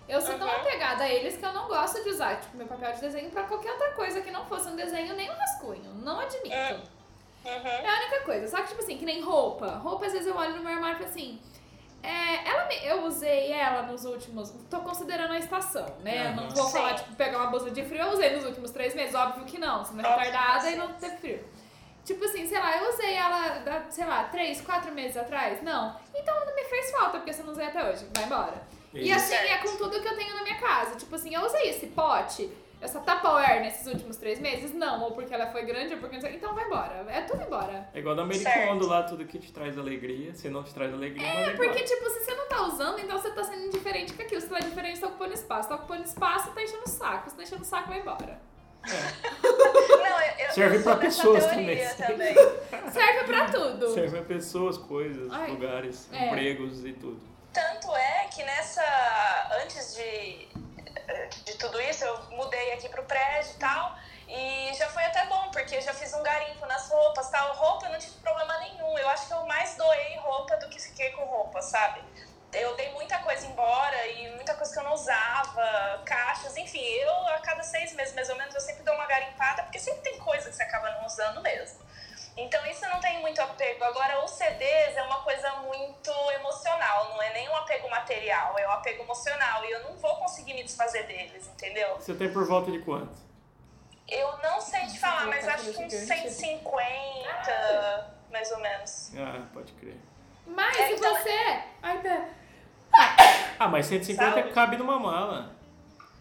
Speaker 2: Eu sou tão
Speaker 1: Uhum.
Speaker 2: apegada a eles que eu não gosto de usar, tipo, meu papel de desenho pra qualquer outra coisa que não fosse um desenho nem um rascunho. Não admito.
Speaker 1: É. Uhum.
Speaker 2: É a única coisa. Só que, tipo assim, que nem roupa. Roupa, às vezes eu olho no meu armário e falo assim: É, ela me- eu usei ela nos últimos. Tô considerando a estação, né? Eu não
Speaker 3: Aham.
Speaker 2: vou falar,
Speaker 1: Sim.
Speaker 2: tipo, pegar uma bolsa de frio. Eu usei nos últimos três meses, óbvio que não. Você não é
Speaker 1: Óbvio
Speaker 2: retardada
Speaker 1: que
Speaker 2: e não
Speaker 1: sim.
Speaker 2: teve frio. Tipo assim, sei lá, eu usei ela, da- sei lá, três, quatro meses atrás? Não. Então não me fez falta, porque você não usei até hoje. Vai embora. E
Speaker 3: Isso.
Speaker 2: assim é
Speaker 1: Certo.
Speaker 2: com tudo que eu tenho na minha casa. Tipo assim, eu usei esse pote, essa Tupperware nesses últimos três meses? Não. Ou porque ela foi grande, ou porque não sei. Então vai embora. É tudo embora.
Speaker 3: É igual da
Speaker 1: Certo.
Speaker 3: Americondo lá, tudo que te traz alegria. Se não te traz alegria,
Speaker 2: É,
Speaker 3: manda
Speaker 2: porque,
Speaker 3: embora.
Speaker 2: tipo, se você não tá usando, então você tá sendo indiferente com aquilo. Se tá diferente, tá ocupando espaço. Tá ocupando espaço, tá enchendo o saco. Se tá enchendo o saco, vai embora.
Speaker 1: Não, eu, eu
Speaker 3: Serve
Speaker 1: sou
Speaker 3: pra
Speaker 1: dessa
Speaker 3: pessoas
Speaker 1: teoria
Speaker 3: também.
Speaker 2: Serve pra tudo.
Speaker 3: Serve a pessoas, coisas,
Speaker 2: Ai,
Speaker 3: lugares,
Speaker 2: é.
Speaker 3: empregos e tudo.
Speaker 1: Tanto é que nessa. Antes de, de tudo isso, eu mudei aqui pro prédio e tal. E já foi até bom, porque eu já fiz um garimpo nas roupas tal. Roupa eu não tive problema nenhum. Eu acho que eu mais doei roupa do que fiquei com roupa, sabe? Eu dei muita coisa embora e muita coisa que eu não usava, caixas, enfim. Eu, a cada seis meses mais ou menos, eu sempre dou uma garimpada, porque sempre tem coisa que você acaba não usando mesmo. Então isso não tem muito apego. Agora, os CDs é uma coisa muito emocional, não é nem um apego material, é um apego emocional. E eu não vou conseguir me desfazer deles, entendeu?
Speaker 3: Você tem por volta de quanto?
Speaker 1: Eu não sei te falar, mas
Speaker 2: Nossa,
Speaker 1: acho que uns
Speaker 2: gigante.
Speaker 1: 150, mais ou menos.
Speaker 3: Ah, pode crer.
Speaker 2: Mas
Speaker 1: É,
Speaker 2: se
Speaker 1: então-
Speaker 2: você... Ai, tá.
Speaker 3: Ah, mas 150
Speaker 1: Sabe?
Speaker 3: cabe numa mala.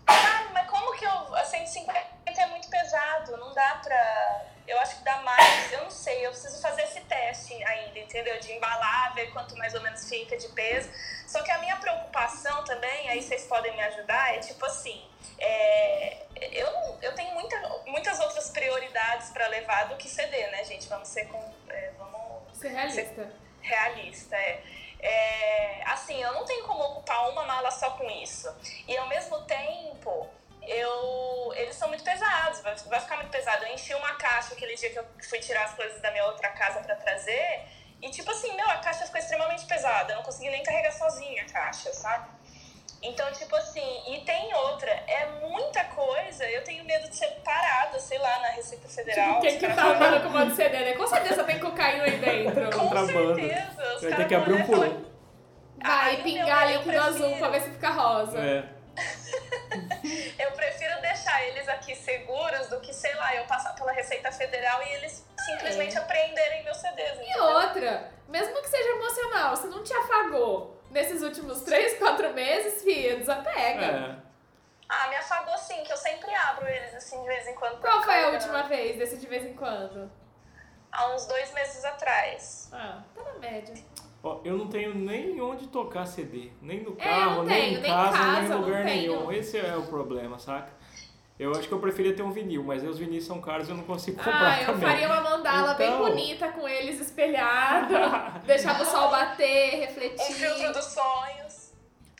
Speaker 1: Ah, mas como que eu. 150 é muito pesado, não dá pra. Eu acho que dá mais, eu não sei, eu preciso fazer esse teste ainda, entendeu? De embalar, ver quanto mais ou menos fica de peso. Só que a minha preocupação também, aí vocês podem me ajudar, é tipo assim, é, eu, não- eu tenho muita, muitas outras prioridades pra levar do que CD, né, gente? Vamos ser com. é, vamos
Speaker 2: Ser realista.
Speaker 1: realista, é. É, Assim, eu não tenho como ocupar uma mala só com isso. E ao mesmo tempo, eu eles são muito pesados, vai, vai ficar muito pesado. Eu enchi uma caixa aquele dia que eu fui tirar as coisas da minha outra casa pra trazer. E tipo assim, meu, a caixa ficou extremamente pesada. Eu não consegui nem carregar sozinha a caixa, sabe? Então, tipo assim, e tem outra, é muita coisa, eu tenho medo de ser parada, sei lá, na Receita Federal.
Speaker 2: Tipo, quem
Speaker 1: os
Speaker 2: que
Speaker 1: caras
Speaker 2: tá
Speaker 1: falarem-
Speaker 2: andando com o modo CD, né? Com certeza tem cocaína aí dentro.
Speaker 1: *laughs* Com
Speaker 3: Contrabando.
Speaker 1: certeza. os
Speaker 3: Vai ter
Speaker 1: caras "É,
Speaker 3: que abrir um
Speaker 1: vão levar-
Speaker 3: pulão.
Speaker 2: Vai
Speaker 1: Ai,
Speaker 2: pingar
Speaker 1: meu, eu
Speaker 2: líquido azul
Speaker 1: prefiro.
Speaker 2: pra ver se fica rosa.
Speaker 3: É.
Speaker 1: *laughs* Eu prefiro deixar eles aqui seguros do que, sei lá, eu passar pela Receita Federal e eles simplesmente apreenderem meus CDs.
Speaker 2: É. E
Speaker 1: entendeu?
Speaker 2: outra, mesmo que seja emocional, se não te afagou nesses últimos três, quatro meses, filha, desapega.
Speaker 3: É.
Speaker 1: Ah, me afagou sim, que eu sempre abro eles assim de vez em quando.
Speaker 2: Qual foi a
Speaker 1: Cara,
Speaker 2: última vez desse de vez em quando?
Speaker 1: Há uns dois meses atrás.
Speaker 2: Ah, tá na média.
Speaker 3: Ó, eu não tenho nem onde tocar CD. Nem no
Speaker 2: É,
Speaker 3: carro,
Speaker 2: eu não
Speaker 3: nem,
Speaker 2: tenho,
Speaker 3: em
Speaker 2: nem em
Speaker 3: casa, nem
Speaker 2: casa,
Speaker 3: em
Speaker 2: não
Speaker 3: lugar
Speaker 2: tenho.
Speaker 3: nenhum. Esse é o problema, saca? Eu acho que eu preferia ter um vinil, mas aí os vinis são caros e eu não consigo comprar
Speaker 2: Ah, eu
Speaker 3: também.
Speaker 2: faria uma mandala bem
Speaker 3: Então-
Speaker 2: bonita com eles
Speaker 3: *laughs*
Speaker 2: espelhada, deixava o sol bater,
Speaker 1: Um filtro
Speaker 2: refletir.
Speaker 1: dos sonhos.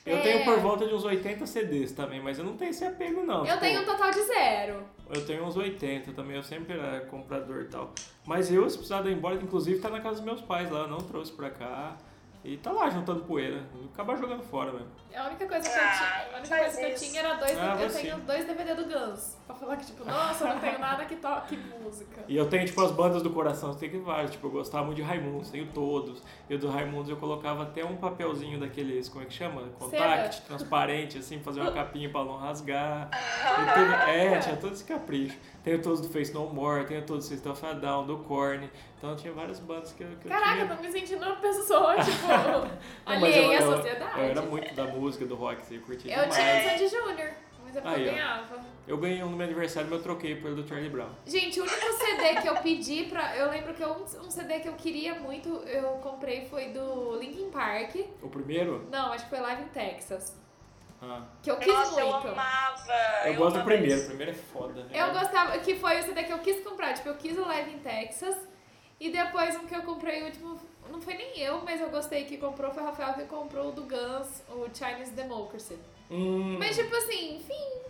Speaker 3: Eu
Speaker 2: É.
Speaker 3: tenho por volta de uns 80 CDs também, mas eu não tenho esse apego, não.
Speaker 2: Eu
Speaker 3: Tipo,
Speaker 2: tenho um total de zero.
Speaker 3: Eu tenho uns 80 também, eu sempre era comprador e tal. Mas eu, se precisar ir embora, inclusive tá na casa dos meus pais lá, eu não trouxe pra cá. E tá lá juntando poeira. Acaba jogando fora mesmo.
Speaker 2: É A única coisa que eu
Speaker 1: Ah,
Speaker 2: tinha, a única
Speaker 1: faz
Speaker 2: coisa que eu
Speaker 1: isso.
Speaker 2: tinha era dois,
Speaker 3: Ah,
Speaker 2: eu
Speaker 3: você.
Speaker 2: tenho dois DVD do Guns. Pra falar que, tipo, nossa, eu não tenho nada que toque música.
Speaker 3: E eu tenho, tipo, as bandas do coração, tem que várias. Tipo, eu gostava muito de Raimundos, tenho todos. E o do Raimundos eu colocava até um papelzinho daqueles, como é que chama? Contact, transparente, assim,
Speaker 2: *laughs*
Speaker 3: fazer uma capinha pra não rasgar. E teve- é, tinha todo esse capricho. Tenho todos do Face No More, tenho todos do System of a Down, do Korn. Então tinha várias bandas que eu, que eu
Speaker 2: Caraca,
Speaker 3: tinha.
Speaker 2: eu tô me sentindo uma pessoa, *laughs* tipo,
Speaker 3: Não, mas eu-
Speaker 2: alheia à
Speaker 3: eu-
Speaker 2: é sociedade.
Speaker 3: Eu era muito da música, do rock, assim, eu curtia
Speaker 2: Eu
Speaker 3: demais.
Speaker 2: tinha o Sandy Júnior, mas é porque
Speaker 3: Aí,
Speaker 2: eu
Speaker 3: ó.
Speaker 2: ganhava.
Speaker 3: Eu ganhei um no meu aniversário, mas eu troquei pelo do Charlie Brown.
Speaker 2: Gente, o único CD que eu pedi pra. Eu lembro que um, um CD que eu queria muito, eu comprei foi do Linkin Park.
Speaker 3: O primeiro?
Speaker 2: Não, acho que foi Live em Texas.
Speaker 3: Ah,
Speaker 2: Que então? eu quis
Speaker 1: Nossa, eu
Speaker 2: muito.
Speaker 1: amava.
Speaker 3: eu, gosto do
Speaker 1: amava
Speaker 3: primeiro. O
Speaker 1: isso.
Speaker 3: primeiro é foda, né?
Speaker 2: Eu gostava, que foi o CD que eu quis comprar. Tipo, eu quis o Live em Texas. E depois um que eu comprei, o último, não foi nem eu, mas eu gostei que comprou, foi o Rafael que comprou o do Guns, o Chinese Democracy.
Speaker 3: Hum,
Speaker 2: Mas tipo assim, enfim,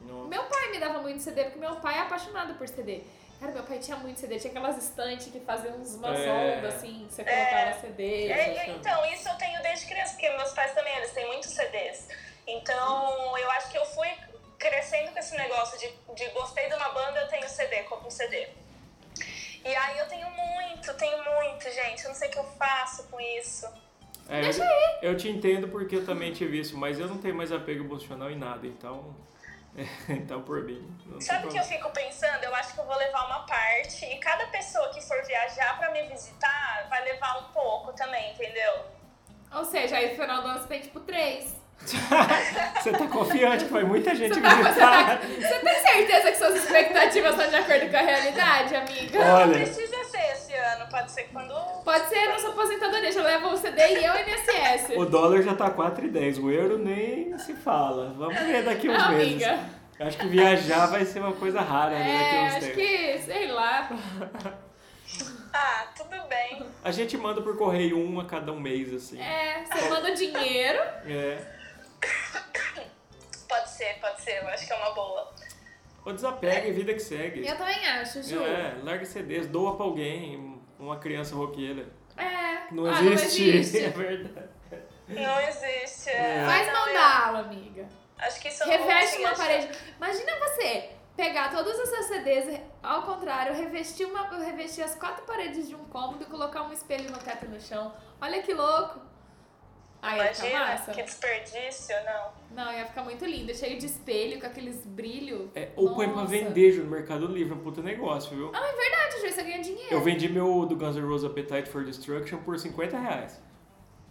Speaker 3: não.
Speaker 2: meu pai me dava muito CD, porque meu pai é apaixonado por CD. Cara, meu pai tinha muito CD, tinha aquelas estantes que faziam uns umas
Speaker 3: É.
Speaker 2: ondas assim, que você colocava
Speaker 1: É.
Speaker 2: CD.
Speaker 1: É, então, isso eu tenho desde criança, porque meus pais também, eles têm muitos CDs. Então, eu acho que eu fui crescendo com esse negócio de, de gostei de uma banda, eu tenho CD, compro um CD. E aí eu tenho muito, tenho muito, gente. Eu não sei o que eu faço com isso.
Speaker 3: É,
Speaker 2: Deixa
Speaker 3: eu-
Speaker 2: aí.
Speaker 3: Eu te entendo porque eu também tive isso, mas eu não tenho mais apego emocional em nada, então. *laughs* então, por mim. não tem
Speaker 1: Sabe o que eu
Speaker 3: problema. *laughs*
Speaker 1: fico pensando? Eu acho que eu vou levar uma parte e cada pessoa que for viajar pra me visitar vai levar um pouco também, entendeu?
Speaker 2: Ou seja, aí no final do ano você tem tipo três.
Speaker 3: Você tá confiante que vai muita gente
Speaker 2: Você, tá, você, tá,
Speaker 3: visitar?
Speaker 2: você tem certeza que suas expectativas estão de acordo com a realidade, amiga?
Speaker 1: Não
Speaker 3: Olha.
Speaker 1: precisa ser esse ano, pode ser quando.
Speaker 2: Pode ser nossa aposentadoria, já leva o CDI e eu e INSS.
Speaker 3: O dólar já tá 4,10, o euro nem se fala. Vamos ver daqui uns
Speaker 2: Ah,
Speaker 3: meses.
Speaker 2: amiga.
Speaker 3: Eu acho que viajar vai ser uma coisa rara né,
Speaker 2: É,
Speaker 3: daqui uns
Speaker 2: acho
Speaker 3: tempos.
Speaker 2: que, sei lá.
Speaker 1: Ah, tudo bem.
Speaker 3: A gente manda por correio um a cada um mês, assim.
Speaker 2: É, você manda o dinheiro.
Speaker 3: É.
Speaker 1: Pode ser, pode ser. Eu acho que é uma boa.
Speaker 3: Ou desapega e vida que segue.
Speaker 2: Eu também acho, Ju. É.
Speaker 3: É, larga CDs, doa pra alguém, uma criança roqueira. Não
Speaker 2: ah,
Speaker 3: existe.
Speaker 2: Não
Speaker 3: *laughs* É
Speaker 2: existe.
Speaker 3: verdade.
Speaker 1: Não existe.
Speaker 3: É.
Speaker 2: Faz
Speaker 1: Não, eu-
Speaker 2: mandala, amiga.
Speaker 1: Então, assim, Acho que isso eu não
Speaker 2: Reveste
Speaker 1: consigo
Speaker 2: uma
Speaker 1: achar.
Speaker 2: parede. Imagina você pegar todos os seus CDs, ao contrário, revestir, uma, revestir as quatro paredes de um cômodo e colocar um espelho no teto e no chão. Olha que louco. Aí ia ficar massa.
Speaker 1: Imagina, que desperdício, não.
Speaker 2: Não, ia ficar muito lindo. Cheio de espelho, com aqueles brilhos.
Speaker 3: É, ou põe pra
Speaker 2: Nossa.
Speaker 3: vender Ju, no Mercado Livre, um puta negócio, viu?
Speaker 2: Ah, é verdade, Ju, você ganha dinheiro.
Speaker 3: Eu vendi meu do Guns N' Roses Appetite for Destruction por 50 reais.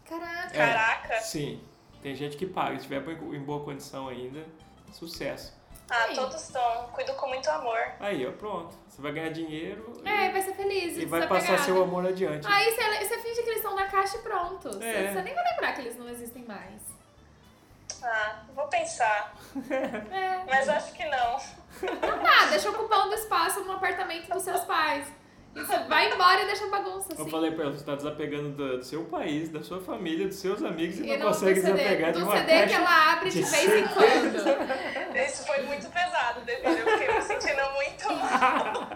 Speaker 2: Caraca.
Speaker 3: É.
Speaker 1: Caraca.
Speaker 3: Sim, tem gente que paga. Se tiver em boa condição ainda, sucesso.
Speaker 1: Ah,
Speaker 2: Sim.
Speaker 1: todos estão. Cuido com muito amor.
Speaker 3: Aí, ó, pronto. Você vai ganhar dinheiro e-
Speaker 2: É, vai ser feliz.
Speaker 3: e vai passar
Speaker 2: desapegado.
Speaker 3: seu amor adiante.
Speaker 2: Aí você, você finge que eles estão na caixa e pronto. Você,
Speaker 3: É.
Speaker 2: você nem vai lembrar que eles não existem mais.
Speaker 1: Ah, vou pensar.
Speaker 2: É.
Speaker 1: Mas acho que não.
Speaker 2: Então tá, deixa ocupando espaço no apartamento dos seus pais. E você vai embora e deixa a bagunça,
Speaker 3: Eu
Speaker 2: assim.
Speaker 3: falei pra ela, você tá desapegando do, do seu país, da sua família, dos seus amigos e,
Speaker 2: E
Speaker 3: não consegue
Speaker 2: do CD,
Speaker 3: desapegar de
Speaker 2: do
Speaker 3: uma
Speaker 2: CD que
Speaker 3: caixa.
Speaker 2: ela abre de
Speaker 3: de
Speaker 2: vez em quando.
Speaker 1: Isso foi muito pesado, Devida. Eu fiquei me sentindo muito mal.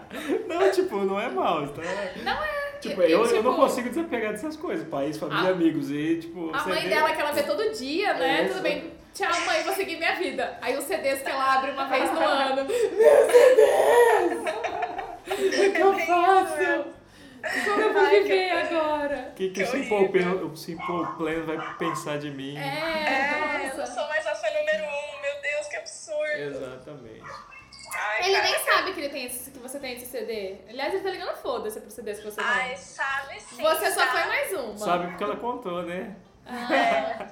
Speaker 3: Não, tipo, não é mal. Tá...
Speaker 2: Não é.
Speaker 3: Tipo,
Speaker 2: E- e,
Speaker 3: eu, eu não
Speaker 2: tipo,
Speaker 3: consigo desapegar dessas coisas. País, família,
Speaker 2: A-
Speaker 3: amigos e, tipo...
Speaker 2: A
Speaker 3: você
Speaker 2: mãe
Speaker 3: vê-
Speaker 2: dela que ela vê todo dia, né?
Speaker 3: É,
Speaker 2: Tudo
Speaker 3: só-
Speaker 2: bem. Tchau, mãe, vou seguir minha vida. Aí os CDs que ela abre uma
Speaker 1: *laughs*
Speaker 2: vez no ano.
Speaker 3: O que eu faço?
Speaker 2: Como eu vou viver agora?
Speaker 3: O que, que
Speaker 1: Que
Speaker 3: o Simple
Speaker 1: horrível.
Speaker 3: Plan- o Simple Plan vai pensar de mim?
Speaker 2: É,
Speaker 1: Eu não
Speaker 2: nossa.
Speaker 1: sou mais a fã número um. Meu Deus, que absurdo.
Speaker 3: Exatamente.
Speaker 1: Ai,
Speaker 2: Ele
Speaker 1: cara.
Speaker 2: nem sabe que, ele tem esse, que você tem esse CD. Aliás, ele tá ligando foda-se pro CD que você
Speaker 1: Ai, tá.
Speaker 2: tem.
Speaker 1: sabe sim.
Speaker 2: Você só
Speaker 1: sabe.
Speaker 2: foi mais uma.
Speaker 3: Sabe porque ela contou, né?
Speaker 2: Ah,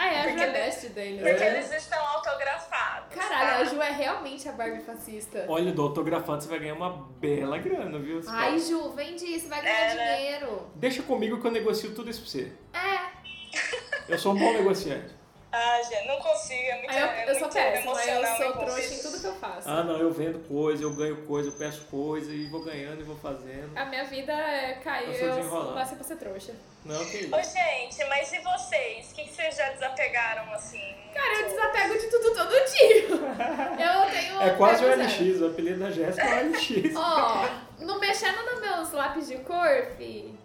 Speaker 2: Ah, é a Ju
Speaker 1: Porque
Speaker 2: é
Speaker 1: ele-
Speaker 2: best dele.
Speaker 1: Porque
Speaker 2: né?
Speaker 1: eles estão autografados.
Speaker 2: Caralho, a
Speaker 1: tá?
Speaker 2: Ju é realmente a Barbie fascista.
Speaker 3: Olha, do autografado você vai ganhar uma bela grana, viu? Você
Speaker 2: Ai,
Speaker 3: fala,
Speaker 2: Ju, vende isso, vai ganhar
Speaker 1: É, né?
Speaker 2: dinheiro.
Speaker 3: Deixa comigo que eu negocio tudo isso pra você.
Speaker 2: É.
Speaker 3: Eu sou um bom negociante.
Speaker 1: Ah, gente, não consigo. É muito,
Speaker 2: Aí eu,
Speaker 1: é
Speaker 2: eu sou
Speaker 1: muito
Speaker 2: péssima, aí eu
Speaker 1: emocional,
Speaker 2: sou
Speaker 1: não
Speaker 2: trouxa em
Speaker 1: consigo.
Speaker 2: tudo que eu faço.
Speaker 3: Ah, não, eu vendo coisa, eu ganho coisa, eu peço coisa e vou ganhando e vou fazendo.
Speaker 2: A minha vida é cair,
Speaker 3: Eu sou
Speaker 2: eu,
Speaker 3: desenrolado.
Speaker 2: nasci pra ser trouxa.
Speaker 3: Não, que
Speaker 1: Ô,
Speaker 3: isso.
Speaker 1: gente, mas e vocês? O que, que vocês já desapegaram, assim?
Speaker 2: Cara, eu
Speaker 1: Muito?
Speaker 2: desapego de tudo todo dia. *laughs* Eu tenho.
Speaker 3: É quase o
Speaker 2: apego zero.
Speaker 3: LX, o apelido da Jéssica é o
Speaker 2: *laughs*
Speaker 3: LX.
Speaker 2: Ó, não mexendo nos meus lápis de cor, fi.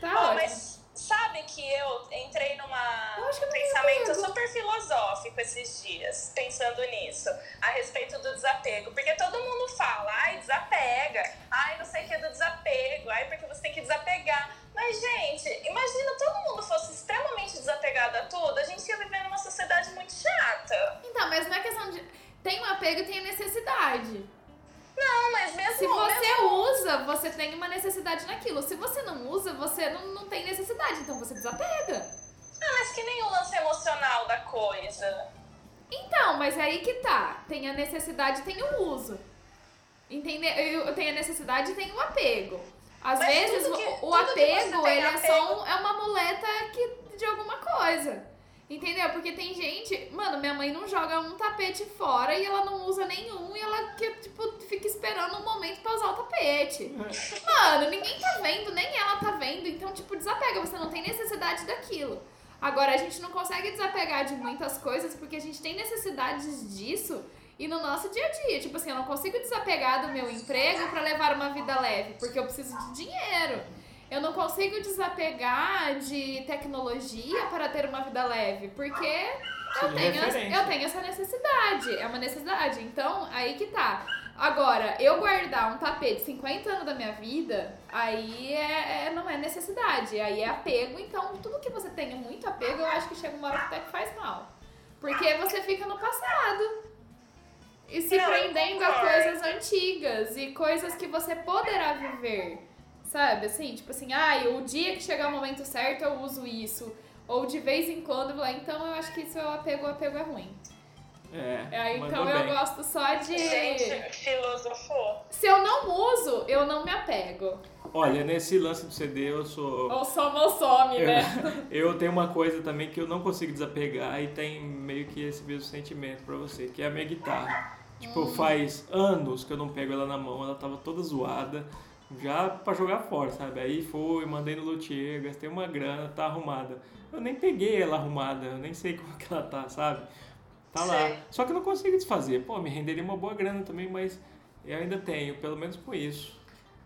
Speaker 2: Tá
Speaker 1: Ó,
Speaker 2: ótimo.
Speaker 1: mas sabe que eu entrei numa
Speaker 2: Eu acho que eu não
Speaker 1: pensamento
Speaker 2: desapego.
Speaker 1: super filosófico esses dias, pensando nisso, a respeito do desapego. Porque todo mundo fala, ai, desapega, ai, não sei o que é do desapego, ai, porque você tem que desapegar. Mas, gente, imagina todo mundo fosse extremamente desapegado a tudo, a gente ia viver numa sociedade muito chata.
Speaker 2: Então, mas não é questão de. Tem um apego e tem a necessidade.
Speaker 1: Não, é mas mesmo.
Speaker 2: Se
Speaker 1: mesmo-
Speaker 2: você usa, você tem uma necessidade naquilo. Se você não usa, você não, não tem necessidade, então você desapega.
Speaker 1: Ah, mas que nem o lance emocional da coisa.
Speaker 2: Então, mas aí que tá. Tem a necessidade, tem o uso. Entende? Eu eu tenho a necessidade e tenho o apego. Às
Speaker 1: Mas
Speaker 2: vezes
Speaker 1: tudo
Speaker 2: o-
Speaker 1: que-
Speaker 2: o
Speaker 1: tudo que você
Speaker 2: apego,
Speaker 1: tem
Speaker 2: ele é só
Speaker 1: apego-
Speaker 2: um- é uma muleta que, de alguma coisa. Entendeu? Porque tem gente. Mano, minha mãe não joga um tapete fora e ela não usa nenhum e ela que, tipo, fica esperando um momento pra usar o tapete. Mano, ninguém tá vendo, nem ela tá vendo. Então, tipo, desapega, você não tem necessidade daquilo. Agora, a gente não consegue desapegar de muitas coisas porque a gente tem necessidades disso e no nosso dia a dia. Tipo assim, eu não consigo desapegar do meu emprego pra levar uma vida leve, porque eu preciso de dinheiro. Eu não consigo desapegar de tecnologia para ter uma vida leve, porque eu
Speaker 3: de
Speaker 2: tenho,
Speaker 3: referência.
Speaker 2: eu tenho essa necessidade. É uma necessidade. Então, aí que tá. Agora, eu guardar um tapete 50 anos da minha vida, aí é, é- não é necessidade, aí é apego. Então, tudo que você tenha muito apego, eu acho que chega uma hora que até que faz mal. Porque você fica no passado. E se
Speaker 1: Não, eu
Speaker 2: prendendo a
Speaker 1: concordo.
Speaker 2: coisas antigas e coisas que você poderá viver. Sabe, assim, tipo assim, ai, o dia que chegar o momento certo eu uso isso. Ou de vez em quando, lá, então eu acho que isso é o apego, o apego é ruim.
Speaker 3: É,
Speaker 2: É, então
Speaker 3: mandou
Speaker 2: eu
Speaker 3: bem.
Speaker 2: gosto só de.
Speaker 1: Gente, filosofou.
Speaker 2: Se eu não uso, eu não me apego.
Speaker 3: Olha, nesse lance do CD eu sou.
Speaker 2: Ou soma ou some,
Speaker 3: Eu,
Speaker 2: né?
Speaker 3: *laughs* eu tenho uma coisa também que eu não consigo desapegar e tem meio que esse mesmo sentimento pra você, que é a minha guitarra. Tipo,
Speaker 1: Hum.
Speaker 3: faz anos que eu não pego ela na mão, ela tava toda zoada, já pra jogar fora, sabe? Aí foi, mandei no luthier, gastei uma grana, tá arrumada. Eu nem peguei ela arrumada, eu nem sei *laughs* como que ela tá, sabe? Tá lá.
Speaker 1: Sei.
Speaker 3: Só que eu não consigo desfazer. Pô, me renderia uma boa grana também, mas eu ainda tenho, pelo menos com isso.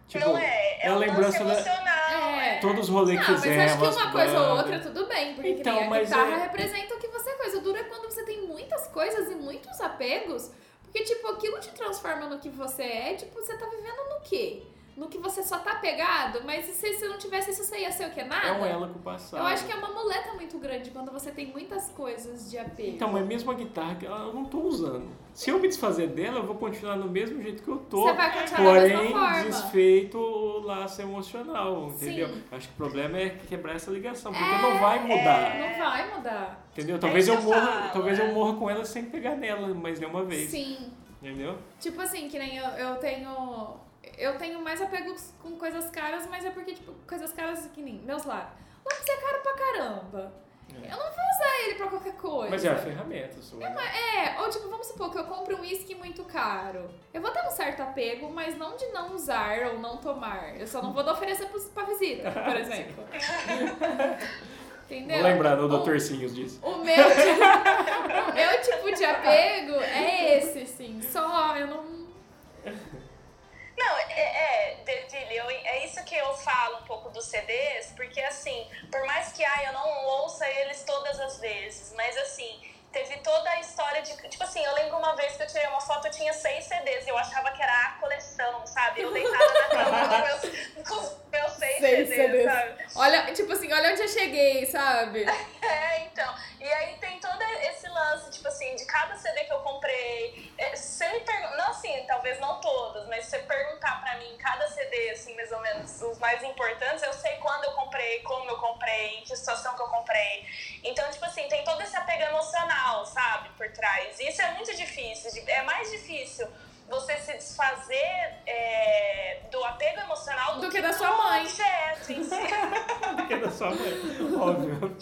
Speaker 3: Tipo,
Speaker 1: não é, é
Speaker 3: a
Speaker 1: um lance
Speaker 3: lembrança da-
Speaker 1: emocional.
Speaker 2: É.
Speaker 1: É.
Speaker 3: Todos os rolês
Speaker 2: Não,
Speaker 3: que
Speaker 2: mas
Speaker 3: fizeram.
Speaker 2: acho que
Speaker 3: as
Speaker 2: uma coisa ou
Speaker 3: bandas.
Speaker 2: outra tudo bem, porque que
Speaker 3: Então,
Speaker 2: nem a
Speaker 3: mas
Speaker 2: guitarra
Speaker 3: é-
Speaker 2: representa o que você é coisa. Dura é quando você tem muitas coisas e muitos apegos, porque, tipo, aquilo te transforma no que você é, tipo, você tá vivendo no quê? No que você só tá apegado, mas e se você não tivesse isso, você ia ser o que? Nada?
Speaker 3: É um ela com o passado.
Speaker 2: Eu acho que é uma muleta muito grande quando você tem muitas coisas de apego.
Speaker 3: Então, mas mesmo a guitarra que ela- eu não tô usando. Se eu me desfazer dela, eu vou continuar do mesmo jeito que eu tô.
Speaker 2: você vai continuar da
Speaker 3: Porém,
Speaker 2: mesma forma.
Speaker 3: desfeito o laço
Speaker 2: Sim.
Speaker 3: emocional,
Speaker 2: É,
Speaker 3: entendeu? Acho que o problema é quebrar essa ligação, porque não vai mudar,
Speaker 2: Não é vai mudar.
Speaker 3: entendeu? Talvez
Speaker 1: isso
Speaker 3: eu
Speaker 1: que eu
Speaker 3: morra,
Speaker 1: falo,
Speaker 3: talvez eu
Speaker 1: é.
Speaker 3: morra com ela sem pegar nela mais nenhuma vez,
Speaker 2: Sim.
Speaker 3: entendeu?
Speaker 2: Tipo assim, que nem eu, eu tenho. Eu tenho mais apegos com coisas caras, mas é porque, tipo, coisas caras que nem meus lápis. Lápis é caro pra caramba.
Speaker 3: É.
Speaker 2: Eu não vou usar ele pra qualquer coisa.
Speaker 3: Mas é a ferramenta sua. né?
Speaker 2: É, ou tipo, vamos supor que eu compre um uísque muito caro. Eu vou ter um certo apego, mas não de não usar ou não tomar. Eu só não vou dar oferecer pros- pra visita, por
Speaker 3: *laughs*
Speaker 2: exemplo. Entendeu?
Speaker 3: Vou lembrar do
Speaker 2: Ou-
Speaker 3: Dr. Sinhos
Speaker 2: *laughs*
Speaker 3: disso.
Speaker 2: o meu, tipo, o meu tipo de apego é esse, sim. Só eu não.
Speaker 1: Não, é, é Dedilha, eu- é isso que eu falo um pouco dos CDs, porque assim, por mais que ah, eu não ouça eles todas as vezes, mas assim, teve toda a história de. Tipo assim, eu lembro uma vez que eu tirei uma foto, eu tinha seis CDs, e eu achava que era a coleção, sabe? Eu deitada na cama com os meus, com os meus seis,
Speaker 2: Seis
Speaker 1: CDs,
Speaker 2: CDs.
Speaker 1: sabe?
Speaker 2: Olha, tipo assim, olha onde eu cheguei, sabe?
Speaker 1: É, então. E aí tem todo esse lance, tipo assim, de cada CD que eu comprei. é, Se você me perguntar, não assim, talvez não todas, mas se você perguntar pra mim cada CD, assim, mais ou menos, os mais importantes, eu sei quando eu comprei, como eu comprei, em que situação que eu comprei. Então, tipo assim, tem todo esse apego emocional, sabe, por trás. E isso é muito difícil, de- é mais difícil você se desfazer é, do apego emocional
Speaker 2: Do que da sua mãe.
Speaker 1: do objeto em si. *laughs*
Speaker 3: Porque é da sua mãe, óbvio.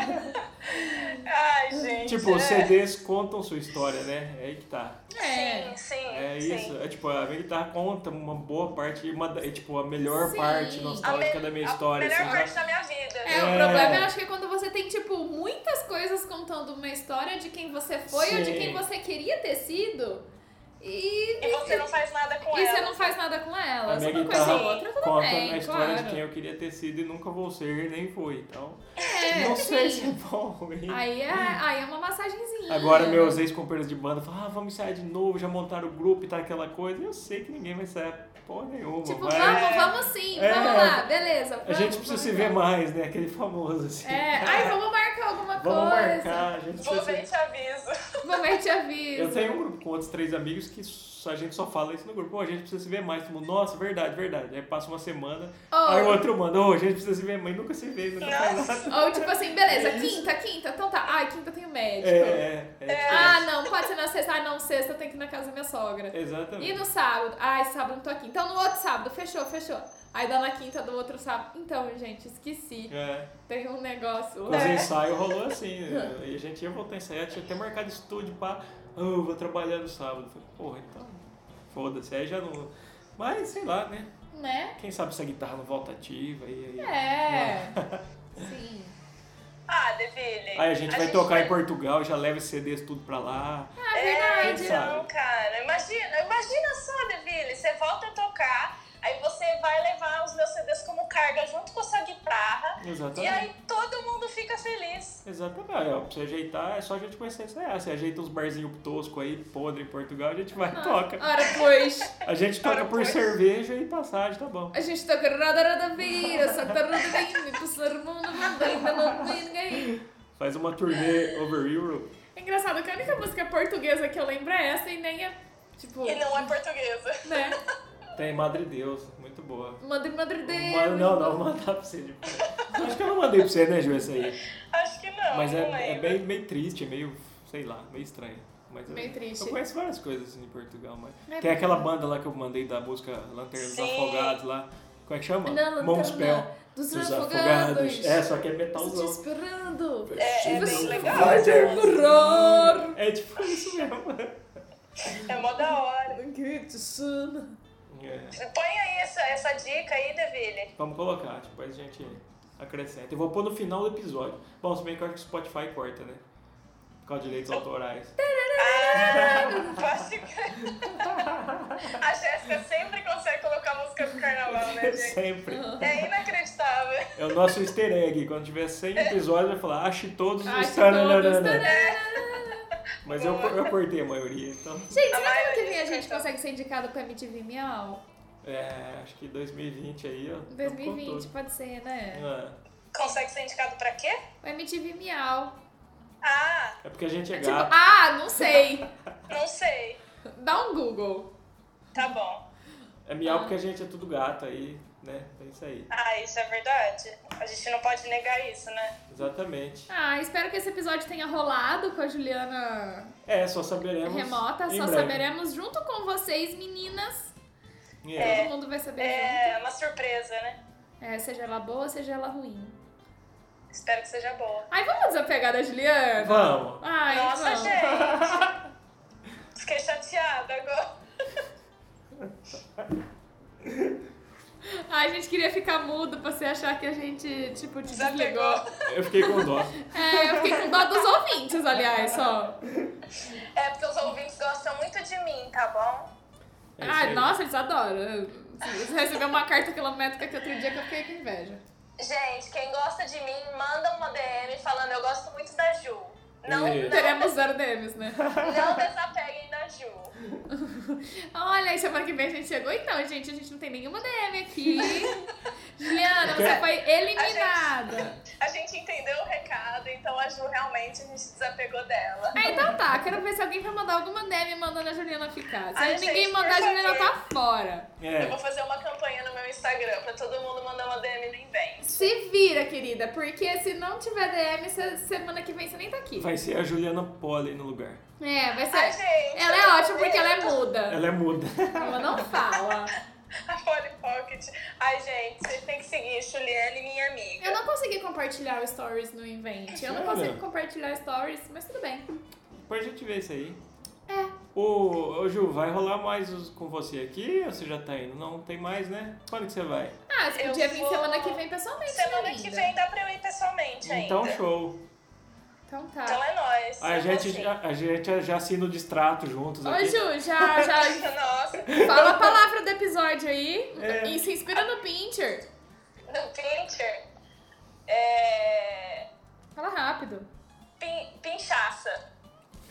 Speaker 2: *laughs*
Speaker 1: Ai, gente.
Speaker 3: Tipo,
Speaker 1: é.
Speaker 3: CDs contam sua história, né? É aí que tá.
Speaker 1: Sim, sim.
Speaker 3: É
Speaker 1: sim.
Speaker 3: isso, é tipo, a minha guitarra conta uma boa parte, uma, da- é, tipo, a melhor
Speaker 2: Sim.
Speaker 3: parte nostálgica
Speaker 1: me-
Speaker 3: da minha
Speaker 1: a
Speaker 3: história.
Speaker 1: melhor
Speaker 3: assim,
Speaker 1: parte
Speaker 3: sabe?
Speaker 1: da minha vida.
Speaker 2: É, o
Speaker 3: É.
Speaker 2: problema eu acho que é quando você tem, tipo, muitas coisas contando uma história de quem você foi ou de
Speaker 3: Sim.
Speaker 2: quem você queria ter sido. E,
Speaker 1: E você não faz nada com
Speaker 2: e
Speaker 1: ela.
Speaker 2: você não faz nada com ela.
Speaker 3: A
Speaker 2: Só
Speaker 3: minha
Speaker 2: uma coisa
Speaker 3: guitarra
Speaker 2: ou outra, tá tudo
Speaker 3: conta
Speaker 2: bem,
Speaker 3: a história
Speaker 2: claro.
Speaker 3: de quem eu queria ter sido e nunca vou ser, nem fui. Então,
Speaker 2: É,
Speaker 3: não sei se
Speaker 2: sim.
Speaker 3: é bom ou ruim.
Speaker 2: Aí é, aí é uma massagenzinha.
Speaker 3: Agora meus ex-companheiros de banda falam, ah, vamos ensaiar de novo, já montaram o grupo e tá aquela coisa. Eu sei que ninguém vai ensaiar porra nenhuma.
Speaker 2: Tipo,
Speaker 3: mas
Speaker 2: vamos, vamos sim,
Speaker 3: É.
Speaker 2: vamos lá, beleza.
Speaker 3: A
Speaker 2: vamos,
Speaker 3: gente precisa
Speaker 2: vamos
Speaker 3: se
Speaker 2: lá.
Speaker 3: ver mais, né? Aquele famoso assim.
Speaker 2: É, ai, vamos marcar alguma
Speaker 3: Vamos
Speaker 2: coisa.
Speaker 3: marcar, a gente
Speaker 1: Vou
Speaker 3: precisa se
Speaker 1: ver e te aviso. *laughs*
Speaker 2: Vamos ver te aviso.
Speaker 3: Eu tenho um grupo com outros três amigos que só- a gente só fala isso no grupo. Pô, a gente precisa se ver mais. Todo mundo, nossa, verdade, verdade. Aí passa uma semana,
Speaker 2: Ô,
Speaker 3: aí o outro manda, ô, a gente precisa se ver mais. Nunca se vê, nunca faz nada.
Speaker 2: Ou tipo assim, beleza, quinta, quinta, então tá. Ai, quinta eu tenho médico.
Speaker 3: É, é, é.
Speaker 2: Ah, não, pode ser na sexta. Ah, não, sexta eu tenho que ir na casa da minha sogra. E
Speaker 3: Exatamente.
Speaker 2: no sábado? Ai, sábado eu não tô aqui. Então no outro sábado, fechou, fechou. Aí dá na quinta do outro sábado. Então, gente, esqueci.
Speaker 3: É.
Speaker 2: Tem um negócio.
Speaker 3: Com os ensaios rolou
Speaker 2: *laughs*
Speaker 3: assim. né? E a gente ia voltar a ensaiar, tinha até marcado estúdio pra. Ah, eu vou trabalhar no sábado. Falei, porra, então. Foda-se, aí já não. Mas sei lá, né?
Speaker 2: Né?
Speaker 3: Quem sabe se a guitarra não volta ativa e aí.
Speaker 2: É. Sim.
Speaker 1: Ah, Deville.
Speaker 3: Aí a gente vai tocar em Portugal, já leva esses CDs tudo pra lá.
Speaker 2: Ah,
Speaker 1: É,
Speaker 2: verdade.
Speaker 1: então, cara. Imagina, imagina só, Deville. Você volta a tocar, aí você vai levar os meus CDs como carga junto com a sua guitarra. E
Speaker 3: Exatamente.
Speaker 1: aí todo mundo mundo fica feliz.
Speaker 3: Exatamente, ó, pra você ajeitar é só a gente conhecer isso aí. Você ajeita uns barzinhos tosco aí, podre em Portugal, a gente vai e toca.
Speaker 1: Ah,
Speaker 2: Ora, pois,
Speaker 3: A gente toca por
Speaker 2: pois.
Speaker 3: cerveja e passagem, tá bom.
Speaker 2: a gente toca rada rada vira, só que tá rada vira, passar o mundo, nada, ainda não tem ninguém.
Speaker 3: Faz uma turnê over Europe.
Speaker 4: Engraçado que a única música portuguesa que eu lembro é essa e nem é, tipo,
Speaker 1: E não é portuguesa. *laughs*
Speaker 4: né?
Speaker 3: Tem Madre Deus, muito boa.
Speaker 2: Madre, madre
Speaker 3: Uma-
Speaker 2: Deus.
Speaker 3: não, não, vou mandar pra você depois. Acho que eu não mandei pra você, né, Ju, essa aí.
Speaker 1: Acho que *laughs* não.
Speaker 3: Mas
Speaker 1: não
Speaker 3: é, é
Speaker 1: lembro.
Speaker 3: bem, meio triste, é meio, sei lá, meio estranho. Mas eu-
Speaker 2: Meio triste.
Speaker 3: Eu conheço várias coisas assim, em Portugal, mas.
Speaker 2: É
Speaker 3: Tem aquela banda lá que eu mandei da música Lanternas
Speaker 1: Sim.
Speaker 3: Afogados lá. Como é que chama?
Speaker 2: Não, não,
Speaker 3: Monspell.
Speaker 2: não. Dos
Speaker 3: Dos
Speaker 2: afogados.
Speaker 3: afogados. É, só que
Speaker 2: Estou
Speaker 3: é
Speaker 2: te
Speaker 3: metalzão.
Speaker 2: esperando.
Speaker 1: É, é bem
Speaker 3: assim.
Speaker 2: Você
Speaker 1: legal.
Speaker 2: Vai demorar.
Speaker 3: É tipo isso mesmo.
Speaker 1: É mó da hora.
Speaker 2: Que te sono.
Speaker 3: É.
Speaker 1: Põe aí essa, essa dica aí, Deville.
Speaker 3: Vamos colocar, depois a gente acrescenta. Eu vou pôr no final do episódio. Bom, se bem que eu acho que o Spotify corta, né? Por causa de direitos autorais.
Speaker 1: Ah, pode A Jéssica sempre consegue colocar a música do carnaval,
Speaker 3: *laughs*
Speaker 1: né, gente?
Speaker 3: Sempre.
Speaker 1: É inacreditável.
Speaker 3: É o nosso easter egg. Quando tiver 100 episódios, vai falar, ache todos
Speaker 2: Ache
Speaker 3: os tananana.
Speaker 2: todos,
Speaker 1: É.
Speaker 2: tananana.
Speaker 3: Mas eu, eu cortei a maioria, então.
Speaker 1: A
Speaker 2: Gente, será que ano que
Speaker 1: maioria
Speaker 2: vem a
Speaker 1: dos cartões.
Speaker 2: gente consegue ser indicado pra MTV Miau?
Speaker 3: É, acho que 2020 aí, ó. tamo com
Speaker 2: 2020
Speaker 3: tudo.
Speaker 2: pode ser, né?
Speaker 3: É,
Speaker 1: Consegue ser indicado pra quê?
Speaker 2: O MTV Miau.
Speaker 1: Ah,
Speaker 3: é porque a gente é
Speaker 2: Tipo,
Speaker 3: gato.
Speaker 2: ah, não sei.
Speaker 1: não sei.
Speaker 2: Dá um Google.
Speaker 1: Tá bom.
Speaker 3: É miau
Speaker 2: Ah.
Speaker 3: porque a gente é tudo gato aí, né? É isso aí.
Speaker 1: Ah, isso é verdade. A gente não pode negar isso, né?
Speaker 3: Exatamente.
Speaker 2: Ah, espero que esse episódio tenha rolado com a Juliana
Speaker 3: É, só saberemos.
Speaker 2: remota.
Speaker 3: em
Speaker 2: Só
Speaker 3: breve.
Speaker 2: saberemos junto com vocês, meninas.
Speaker 3: É.
Speaker 2: Todo mundo vai saber
Speaker 1: É uma surpresa, né?
Speaker 2: junto. É, seja ela boa, seja ela ruim.
Speaker 1: Espero que seja boa.
Speaker 2: Ai, vamos desapegar da Juliana?
Speaker 3: Vamos.
Speaker 2: Ai,
Speaker 1: Nossa,
Speaker 2: vamos.
Speaker 1: gente! Fiquei chateada agora.
Speaker 2: Ai, a gente queria ficar mudo pra você achar que a gente, tipo, te desligou.
Speaker 1: Desapegou.
Speaker 3: Eu fiquei com dó.
Speaker 2: É, eu fiquei com dó dos ouvintes, aliás, só.
Speaker 1: É porque os ouvintes gostam muito de mim, tá bom?
Speaker 3: É isso
Speaker 2: Ai,
Speaker 3: aí.
Speaker 2: nossa, eles adoram. Você recebeu uma carta quilométrica que outro dia que eu fiquei com inveja.
Speaker 1: Gente, quem gosta de mim, manda uma DM falando eu gosto muito da Ju. Não,
Speaker 3: Isso.
Speaker 1: não,
Speaker 2: Teremos zero DMs, né?
Speaker 1: não desapeguem da Ju.
Speaker 2: Olha, aí semana que vem a gente chegou. Então, gente, a gente não tem nenhuma DM
Speaker 1: *laughs*
Speaker 2: aqui. Juliana,
Speaker 3: Quer-
Speaker 2: você foi eliminada.
Speaker 1: A gente entendeu o recado, então a Ju realmente a gente desapegou dela.
Speaker 2: Ah, então tá. Quero ver se alguém vai mandar alguma DM mandando a Juliana ficar. Se
Speaker 1: Ai,
Speaker 2: ninguém
Speaker 1: gente,
Speaker 2: mandar, a
Speaker 1: por
Speaker 2: Juliana
Speaker 1: favor.
Speaker 2: tá fora.
Speaker 1: Eu vou
Speaker 3: É,
Speaker 1: fazer uma campanha no meu Instagram pra todo mundo mandar uma DM no invento.
Speaker 2: Se vira, querida, porque se não tiver DM, se- semana que vem você nem tá aqui.
Speaker 3: vai ser a Juliana Poli no lugar.
Speaker 2: É, vai ser.
Speaker 1: Ai, gente,
Speaker 2: ela
Speaker 1: eu tô
Speaker 2: é ótima porque ela é
Speaker 1: vendo.
Speaker 2: muda.
Speaker 3: Ela é muda.
Speaker 2: Ela não fala.
Speaker 1: A Polly Pocket. Ai, gente, vocês têm que seguir Juliane, minha amiga.
Speaker 2: Eu não consegui compartilhar o stories no Invent. Eu não
Speaker 3: Sério?
Speaker 2: consigo compartilhar stories, mas tudo bem.
Speaker 3: Depois a gente vê isso aí.
Speaker 2: É.
Speaker 3: Ô, ô Ju, vai rolar mais os- com você aqui ou você já tá indo? Não tem mais, né? Quando que você vai?
Speaker 2: Ah, você
Speaker 1: Eu
Speaker 2: podia vir
Speaker 1: vou-
Speaker 2: semana que vem pessoalmente.
Speaker 1: Semana
Speaker 2: né,
Speaker 1: que
Speaker 2: linda?
Speaker 1: vem dá pra eu ir pessoalmente ainda.
Speaker 3: Então, show.
Speaker 2: Então tá.
Speaker 1: Então é nóis.
Speaker 3: A
Speaker 1: eu
Speaker 3: gente,
Speaker 1: vou
Speaker 3: já- a gente já assina o distrato juntos
Speaker 1: Então
Speaker 2: Ô,
Speaker 1: é
Speaker 3: aqui.
Speaker 2: Ju, já,
Speaker 1: sim.
Speaker 2: já
Speaker 1: *laughs* Nossa,
Speaker 2: fala a palavra do episódio aí.
Speaker 3: É.
Speaker 2: E se inspira no Pinter.
Speaker 1: no Pinter. É.
Speaker 2: Fala rápido.
Speaker 1: pin- pinchaça.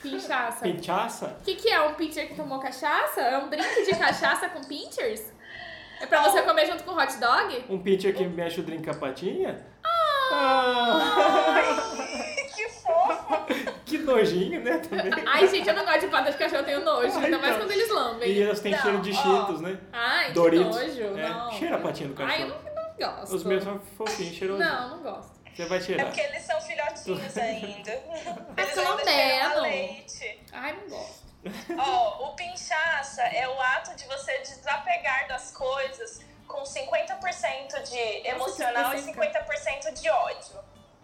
Speaker 2: Pinchaça. O
Speaker 3: Pinchaça?
Speaker 2: que, que é um Pinter que tomou cachaça? É um drink de cachaça com Pinters? É pra você comer junto com hot dog?
Speaker 3: Um pincher que mexe o drink com a patinha? Ah!
Speaker 1: que fofo!
Speaker 3: *laughs* que nojinho, né? Também.
Speaker 2: Ai, gente, eu não gosto de pata de cachorro, eu tenho nojo.
Speaker 3: Ai,
Speaker 2: Ainda mais
Speaker 3: não.
Speaker 2: quando eles lambem. né?
Speaker 3: E elas têm
Speaker 1: Não,
Speaker 3: cheiro de
Speaker 1: ó.
Speaker 3: cheetos, né?
Speaker 2: Ai,
Speaker 3: Doritos.
Speaker 2: que nojo.
Speaker 3: É,
Speaker 2: Não.
Speaker 3: cheira a patinha do
Speaker 2: Ai, eu
Speaker 3: cachorro.
Speaker 2: não, não gosto.
Speaker 3: Os meus são fofinhos, cheirosos.
Speaker 2: Não, não gosto.
Speaker 3: Você vai
Speaker 1: É
Speaker 3: cheirar.
Speaker 1: porque eles são filhotinhos ainda. Eles
Speaker 2: pelo
Speaker 1: ainda cheiram a
Speaker 2: menos.
Speaker 1: leite.
Speaker 2: Ai, não gosto.
Speaker 1: Ó, o pinchaça é o ato de você desapegar das coisas com 50% de emocional e
Speaker 2: específica.
Speaker 1: 50% de ódio.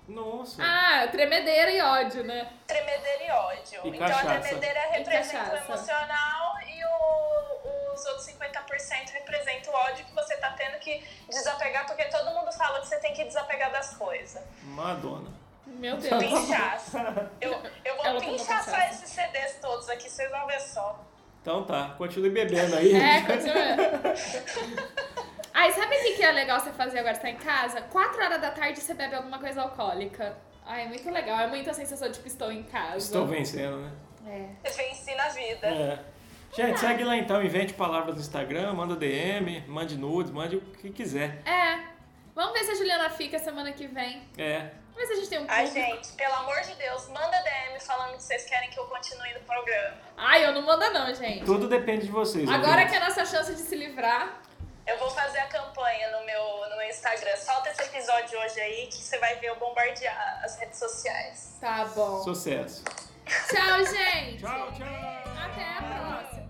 Speaker 3: Nossa.
Speaker 2: Ah, tremedeira e ódio, né?
Speaker 1: Tremedeira e ódio.
Speaker 3: E
Speaker 1: então a
Speaker 3: cachaça.
Speaker 1: tremedeira representa o
Speaker 2: cachaça.
Speaker 1: emocional e o- os outros 50% representa o ódio que você tá tendo que desapegar, porque todo mundo fala que você tem que desapegar das coisas.
Speaker 3: Madonna. *laughs*
Speaker 2: Meu
Speaker 3: Tá
Speaker 2: Deus.
Speaker 1: Pinchaça. Eu, eu vou
Speaker 2: tá Ela tomou
Speaker 1: pinchaçar
Speaker 2: cachaça.
Speaker 1: esses CDs todos aqui, vocês vão ver só. *laughs*
Speaker 3: Então tá, continue bebendo aí.
Speaker 2: É, continua. É, Ai, sabe o que, que é legal você fazer agora que tá em casa? Quatro horas da tarde você bebe alguma coisa alcoólica. Ai, é muito legal. É muita sensação de que estou em casa.
Speaker 3: Estou vencendo, né?
Speaker 2: É.
Speaker 1: Venci na vida.
Speaker 3: É. Gente, segue lá então, invente palavras no Instagram, manda DM, mande nudes, mande o que quiser.
Speaker 2: É. Vamos ver se a Juliana fica semana que vem.
Speaker 3: É,
Speaker 2: Vamos ver se a gente tem um
Speaker 1: Ai,
Speaker 2: público.
Speaker 1: gente, pelo amor de Deus, manda DM falando que vocês querem que eu continue no programa.
Speaker 2: Ai, eu não mando não, gente.
Speaker 3: tudo depende de vocês.
Speaker 2: Agora
Speaker 3: ouvintes.
Speaker 2: que é a nossa chance de se livrar.
Speaker 1: Eu vou fazer a campanha no meu, no meu Instagram. Solta esse episódio hoje aí que você vai ver eu bombardear as redes sociais.
Speaker 2: Tá bom.
Speaker 3: Sucesso.
Speaker 2: Tchau, gente.
Speaker 3: Tchau, tchau.
Speaker 2: Até a próxima.